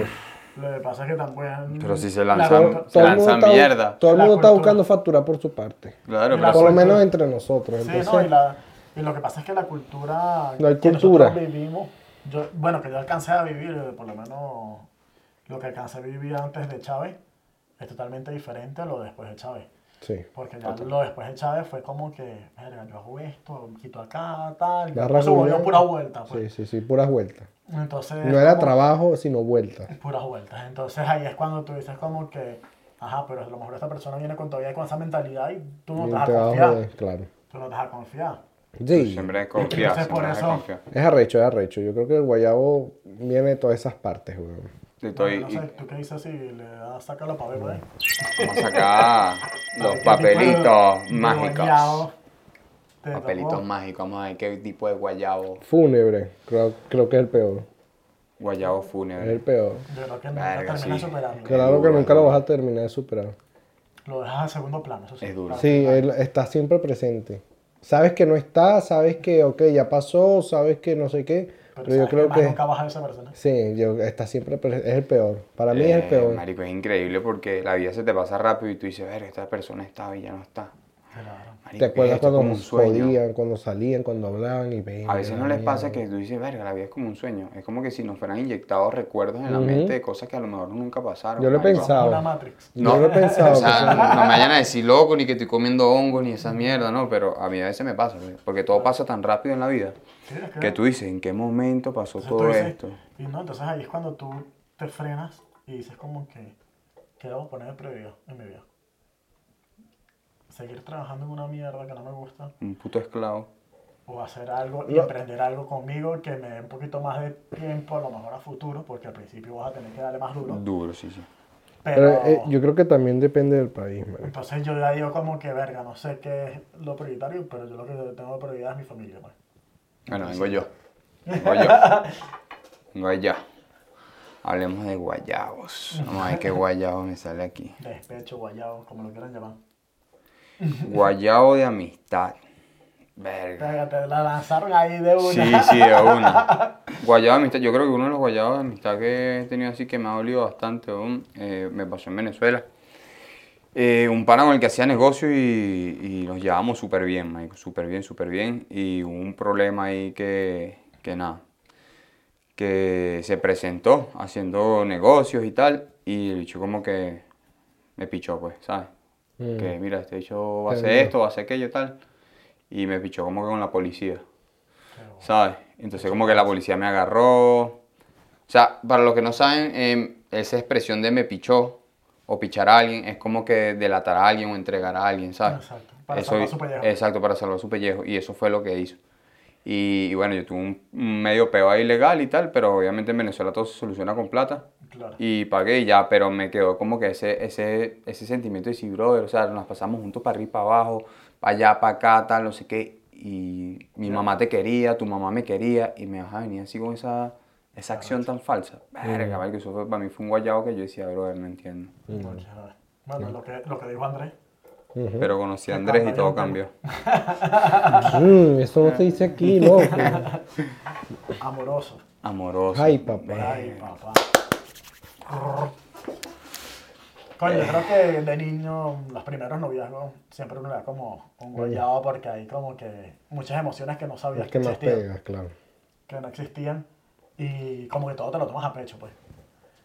Speaker 1: Lo que pasa es que también...
Speaker 2: Pero si se
Speaker 1: la-
Speaker 2: lanzan-
Speaker 1: la-
Speaker 2: se
Speaker 4: el
Speaker 2: lanzan
Speaker 4: mundo está-
Speaker 2: mierda.
Speaker 4: todo el
Speaker 1: La
Speaker 4: mundo está
Speaker 1: cultura.
Speaker 4: buscando facturar por su parte.
Speaker 1: Y
Speaker 2: Claro, pero
Speaker 1: la
Speaker 4: Por lo
Speaker 2: eso-
Speaker 1: cultura.
Speaker 4: menos entre nosotros.
Speaker 1: Sí,
Speaker 4: Entonces,
Speaker 1: no, y, la- y lo que pasa es que la cultura
Speaker 4: No hay
Speaker 1: que
Speaker 4: cultura.
Speaker 1: nosotros vivimos, yo, bueno, que yo alcancé a vivir, eh, por lo menos lo que alcancé a vivir antes de Chávez, es totalmente diferente a lo después de Chávez.
Speaker 4: sí.
Speaker 1: Porque ya lo después de Chávez fue como que, verga, yo hago esto, quito acá, tal,
Speaker 4: La
Speaker 1: ya se volvió
Speaker 4: rajuña.
Speaker 1: pura vuelta.
Speaker 4: Sí,
Speaker 1: Pues.
Speaker 4: sí, sí, puras vueltas.
Speaker 1: Entonces,
Speaker 4: No era
Speaker 1: como-
Speaker 4: trabajo, sino vueltas.
Speaker 1: puras vueltas. Entonces ahí es cuando tú dices como que, ajá, pero a lo mejor esta persona viene con todavía con esa mentalidad y tú no te
Speaker 4: Y te
Speaker 1: vas a
Speaker 4: vas a
Speaker 1: confiar.
Speaker 4: joder, claro.
Speaker 1: Tú no te vas a confiar.
Speaker 4: Sí.
Speaker 2: Siempre confías,
Speaker 1: Entonces, por
Speaker 2: siempre
Speaker 1: eso-
Speaker 2: confías.
Speaker 4: Es arrecho, es arrecho. Yo creo que el guayabo viene de todas esas partes, weón.
Speaker 2: Y estoy-
Speaker 1: no
Speaker 2: y-
Speaker 1: sé, ¿tú qué dices si le das sácalo para ver por ahí?
Speaker 2: Vamos a sacar
Speaker 4: *laughs*
Speaker 2: los
Speaker 1: ¿Qué tipo
Speaker 2: papelitos
Speaker 1: de- de
Speaker 2: mágicos.
Speaker 1: guayabo te
Speaker 2: Papelitos
Speaker 1: tocó?
Speaker 2: mágicos, vamos a ver qué tipo de guayabo.
Speaker 4: Fúnebre, creo, creo que es el peor.
Speaker 2: Guayabo
Speaker 4: Es el
Speaker 2: fúnebre.
Speaker 4: peor.
Speaker 1: Yo creo que nunca
Speaker 2: Verga,
Speaker 1: terminas
Speaker 2: sí.
Speaker 1: superando.
Speaker 4: Claro que
Speaker 2: duro,
Speaker 4: nunca lo
Speaker 2: duro.
Speaker 4: vas a terminar de superar.
Speaker 1: Lo dejas a segundo plano, eso sí.
Speaker 2: Es duro.
Speaker 4: Sí, él está siempre presente. Sabes que no está, sabes que, ok, ya pasó, sabes que no sé qué. Pero, yo
Speaker 1: sabes
Speaker 4: creo
Speaker 1: más
Speaker 4: que.
Speaker 1: nunca vas a esa persona.
Speaker 4: Sí, yo, está siempre presente. Es el peor. Para mí es el
Speaker 2: Eh,
Speaker 4: peor.
Speaker 2: Marico, es increíble porque la vida se te pasa rápido y tú dices, ver, esta persona estaba y ya no está.
Speaker 1: Claro.
Speaker 2: Marico,
Speaker 4: ¿Te
Speaker 2: ¿qué es
Speaker 4: acuerdas
Speaker 2: esto? Es
Speaker 4: cuando
Speaker 2: como un
Speaker 4: nos
Speaker 2: sueño.
Speaker 4: jodían, cuando salían, cuando hablaban y veían?
Speaker 2: A veces no les pasa que tú dices, verga, la vida es como un sueño. Es como que si nos fueran inyectados recuerdos en la mente de cosas que a lo mejor nunca pasaron.
Speaker 4: Yo lo he
Speaker 2: marico.
Speaker 4: pensado. Sao.
Speaker 1: Una Matrix.
Speaker 4: No
Speaker 2: No.
Speaker 4: lo he pensado.
Speaker 2: *laughs* O
Speaker 4: que
Speaker 2: sea,
Speaker 4: son-
Speaker 2: no me vayan a decir loco ni que estoy comiendo hongos ni esa mierda, no, pero a mí a veces me pasa, pues, porque todo pasa tan rápido en la vida
Speaker 1: Sí, es que-
Speaker 2: que tú dices, ¿en qué momento pasó
Speaker 1: ¿Eh? entonces tú
Speaker 2: todo
Speaker 1: dices-
Speaker 2: esto?
Speaker 1: Y no, entonces ahí es cuando tú te frenas y dices como que, ¿qué debo poner de prioridad en mi vida? Seguir trabajando en una mierda que no me gusta.
Speaker 2: Un puto esclavo.
Speaker 1: o hacer algo y
Speaker 4: No.
Speaker 1: emprender algo conmigo que me dé un poquito más de tiempo, a lo mejor a futuro, porque al principio vas a tener que darle más duro.
Speaker 2: Duro, sí, sí.
Speaker 1: Pero,
Speaker 4: Pero eh, yo creo que también depende del país, man.
Speaker 1: entonces yo ya digo como que verga, no sé qué es lo prioritario, pero yo lo que tengo de prioridad es mi familia. pues.
Speaker 2: Bueno, vengo yo. Vengo yo. Vengo allá. Hablemos de guayabos. Vamos a ver qué guayabo me sale
Speaker 1: *laughs*
Speaker 2: aquí.
Speaker 1: Despecho, guayabo, como lo quieran llamar.
Speaker 2: Guayabo de amistad. Verga.
Speaker 1: Verga, Te la lanzaron ahí de una.
Speaker 2: Sí, sí, de una. Guayaba de amistad, yo creo que uno de los guayabos de amistad que he tenido así que me ha dolido bastante, weón, eh, me pasó en Venezuela. Eh, un pana con el que hacía negocio y, y nos llevábamos súper bien, marico, súper bien, súper bien. Y hubo un problema ahí que, que nada, que se presentó haciendo negocios y tal. Y el bicho como que me pichó, pues, ¿sabes? Que mira, este bicho va a hacer
Speaker 4: Entendido.
Speaker 2: esto, va a hacer aquello y tal. Y me pichó como que con la policía.
Speaker 1: Pero,
Speaker 2: ¿Sabes? Entonces como que la policía me agarró. O sea, para los que no saben, eh, esa expresión de me pichó o pichar a alguien es como que delatar a alguien o entregar a alguien, ¿sabes?
Speaker 1: Exacto, para salvar su pellejo.
Speaker 2: Exacto, para salvar su pellejo. Y eso fue lo que hizo. Y, y bueno, yo tuve un, un medio peo ahí legal y tal, pero obviamente en Venezuela todo se soluciona con plata.
Speaker 1: claro.
Speaker 2: Y pagué y ya, pero me quedó como que ese, ese, ese sentimiento de decir, brother, o sea, nos pasamos juntos para arriba, para abajo, para allá, para acá, tal, no sé qué. Y mi mamá te quería, tu mamá me quería, y me vas a venir así con esa, esa acción tan falsa. Verga, marico, eso fue- para mí fue un guayabo que yo decía, brother, no entiendo.
Speaker 1: Bueno, eh. Bueno, lo que, lo que dijo Andrés.
Speaker 2: Pero conocí a Andrés y todo cambió.
Speaker 4: Mm, eso no se dice aquí,
Speaker 2: *laughs*
Speaker 4: loco.
Speaker 1: Amoroso.
Speaker 2: Amoroso.
Speaker 4: Ay, papá.
Speaker 1: Ay, papá. Coño, yo creo que de niño, los primeros noviazgos, siempre uno le da como un guayado porque hay como que muchas emociones que no sabías
Speaker 4: Es que más
Speaker 1: existían,
Speaker 4: pegas, claro.
Speaker 1: que no existían, y como que todo te lo tomas a pecho, pues.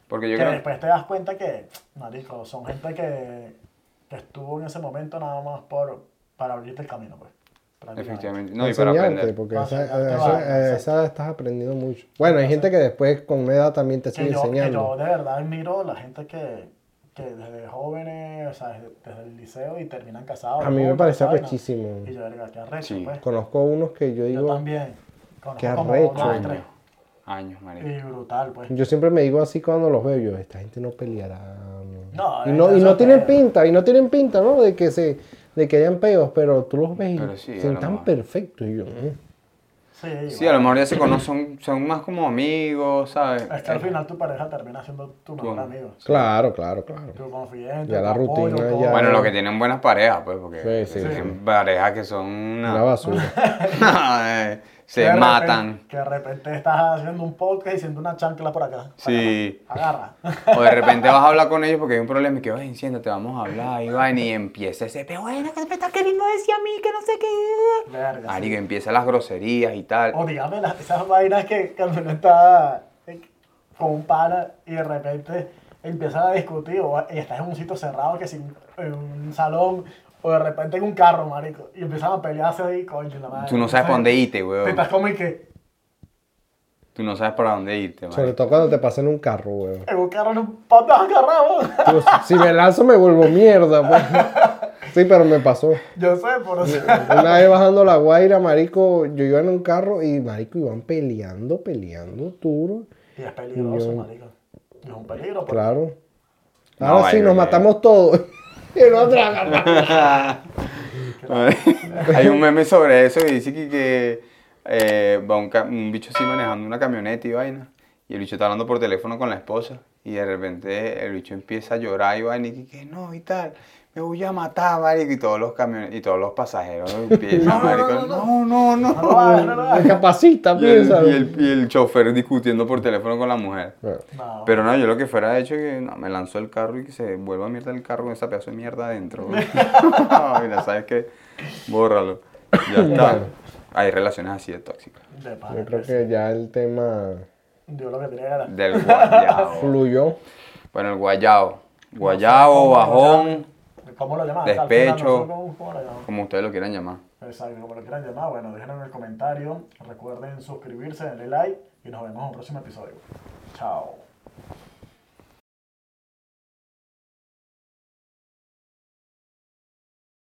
Speaker 2: Porque yo
Speaker 1: que
Speaker 2: creo...
Speaker 1: después te das cuenta que, marico, son gente que, que estuvo en ese momento nada más por, para abrirte el camino, pues. prácticamente.
Speaker 2: Efectivamente. No, y para
Speaker 4: Enseñarte,
Speaker 2: aprender.
Speaker 4: porque
Speaker 1: Ah,
Speaker 4: a
Speaker 1: sí,
Speaker 4: esa, a
Speaker 1: claro,
Speaker 4: esa- a
Speaker 1: exacto.
Speaker 4: esa estás aprendiendo mucho. Bueno, hay gente que después con una edad también te sigue
Speaker 1: que yo, que yo
Speaker 4: enseñando.
Speaker 1: de verdad admiro la gente que, que desde jóvenes, o sea, desde, desde el liceo y terminan casados.
Speaker 4: A mí me
Speaker 1: juntos,
Speaker 4: parece
Speaker 1: ¿sabes?
Speaker 4: rechísimo.
Speaker 1: Y yo, verga, qué arrecho,
Speaker 2: Sí.
Speaker 1: pues.
Speaker 4: Conozco unos que
Speaker 1: Yo
Speaker 4: yo digo,
Speaker 1: también. Conozco
Speaker 4: qué
Speaker 1: como
Speaker 4: arrecho.
Speaker 1: dos, tres.
Speaker 2: Años, marico.
Speaker 1: Y brutal, pues.
Speaker 4: yo siempre me digo así cuando los veo, yo, esta gente no peleará.
Speaker 1: No, eh,
Speaker 4: y no,
Speaker 1: eso
Speaker 4: y no
Speaker 1: es
Speaker 4: tienen
Speaker 1: peor.
Speaker 4: pinta, y no tienen pinta, ¿no? De que se, de que hayan peos, pero tú los ves
Speaker 2: Pero
Speaker 4: y
Speaker 2: sí, a
Speaker 4: son
Speaker 2: lo
Speaker 4: tan
Speaker 2: mejor.
Speaker 4: perfectos. Y yo, mm.
Speaker 1: Sí, igual.
Speaker 2: Sí, a lo mejor ya se conocen, son, son más como amigos, ¿sabes?
Speaker 1: Es que al final tu pareja termina siendo tu mejor
Speaker 2: Bueno.
Speaker 1: amigo.
Speaker 4: claro, claro, claro.
Speaker 1: Tu confidente.
Speaker 4: Ya la
Speaker 1: tu apoyo,
Speaker 4: rutina
Speaker 1: todo.
Speaker 4: ya-
Speaker 2: Bueno, lo que tienen buenas parejas, pues, porque
Speaker 4: Sí, sí,
Speaker 2: tienen parejas que son
Speaker 4: Una
Speaker 2: una...
Speaker 4: basura.
Speaker 2: eh, *laughs* se
Speaker 1: Que de repente-
Speaker 2: matan.
Speaker 1: que de repente estás haciendo un podcast y siendo una chancla por acá.
Speaker 2: Sí.
Speaker 1: Agarra. *laughs*
Speaker 2: O de repente vas a hablar con ellos porque hay un problema y que, oye, siéntate, vamos a hablar, y vaina, y empieza ese peo, bueno, que me estás queriendo decir a mí, que no sé qué.
Speaker 1: Verga. sí.
Speaker 2: Ari, que empieza las groserías y tal.
Speaker 1: O dígame las- esas vainas que cuando uno está eh, con un pana y de repente empiezan a discutir o y estás en un sitio cerrado que sin, en un salón o de repente en un carro, marico, y empiezan a pelearse ahí, coño, la madre.
Speaker 2: Tú no sabes para dónde irte,
Speaker 1: Te
Speaker 2: weón.
Speaker 1: estás como y que
Speaker 2: Tú no sabes para dónde irte,
Speaker 4: Sobre
Speaker 2: man.
Speaker 4: todo cuando te pasan un carro, weón.
Speaker 1: en un carro no patas agarrado.
Speaker 4: Tú, si me lanzo me vuelvo mierda,
Speaker 2: *laughs*
Speaker 4: pues. Sí, pero me pasó.
Speaker 1: *laughs* Yo sé, por eso.
Speaker 4: Una vez bajando la guaira, marico, yo iba en un carro y marico iban peleando, peleando duro.
Speaker 1: Y es peligroso, marico. Es un peligro, pues. porque
Speaker 4: Claro.
Speaker 2: No,
Speaker 4: Ahora sí,
Speaker 2: vale,
Speaker 4: nos
Speaker 2: vale.
Speaker 4: matamos todos. *laughs* y "Ah, no traga.
Speaker 2: Hay un meme sobre eso y dice que, que, eh, va un, ca- un bicho así manejando una camioneta y vaina. Y el bicho está hablando por teléfono con la esposa. Y de repente el bicho empieza a llorar y vaina y que, que no y tal. Me voy a matar, marico. Y todos los camiones, y todos los
Speaker 1: *laughs*
Speaker 2: pasajeros empiezan,
Speaker 1: No, no,
Speaker 2: marico.
Speaker 1: no,
Speaker 2: No,
Speaker 1: no.
Speaker 2: no, no.
Speaker 1: no lo hagas, no lo hagas.
Speaker 4: ah". Capacita,
Speaker 2: Y, el,
Speaker 4: piensa.
Speaker 2: y el- y el chofer discutiendo por teléfono con la mujer.
Speaker 4: Bueno,
Speaker 1: No.
Speaker 2: Pero no, yo lo que fuera hecho es que no, me lanzó el carro y que se vuelva mierda el carro con esa pedazo de mierda adentro. güey. No, Mira, ¿sabes qué? Bórralo. Ya
Speaker 4: Bueno.
Speaker 2: está. Hay relaciones así de tóxicas.
Speaker 1: De pana,
Speaker 4: Yo creo
Speaker 1: que
Speaker 4: que ya el tema
Speaker 1: sí. Yo lo que tenía era.
Speaker 4: *laughs*
Speaker 2: Del guayao.
Speaker 4: fluyó.
Speaker 2: Bueno, el guayao. Guayao, bajón,
Speaker 1: ¿Cómo lo llamas?
Speaker 2: Despecho.
Speaker 1: ¿Cómo lo llamas?
Speaker 2: como ustedes lo quieran llamar.
Speaker 1: Exacto, como lo quieran llamar. Bueno, déjenlo en el comentario. Recuerden suscribirse, denle like y nos vemos en un próximo episodio. Chao.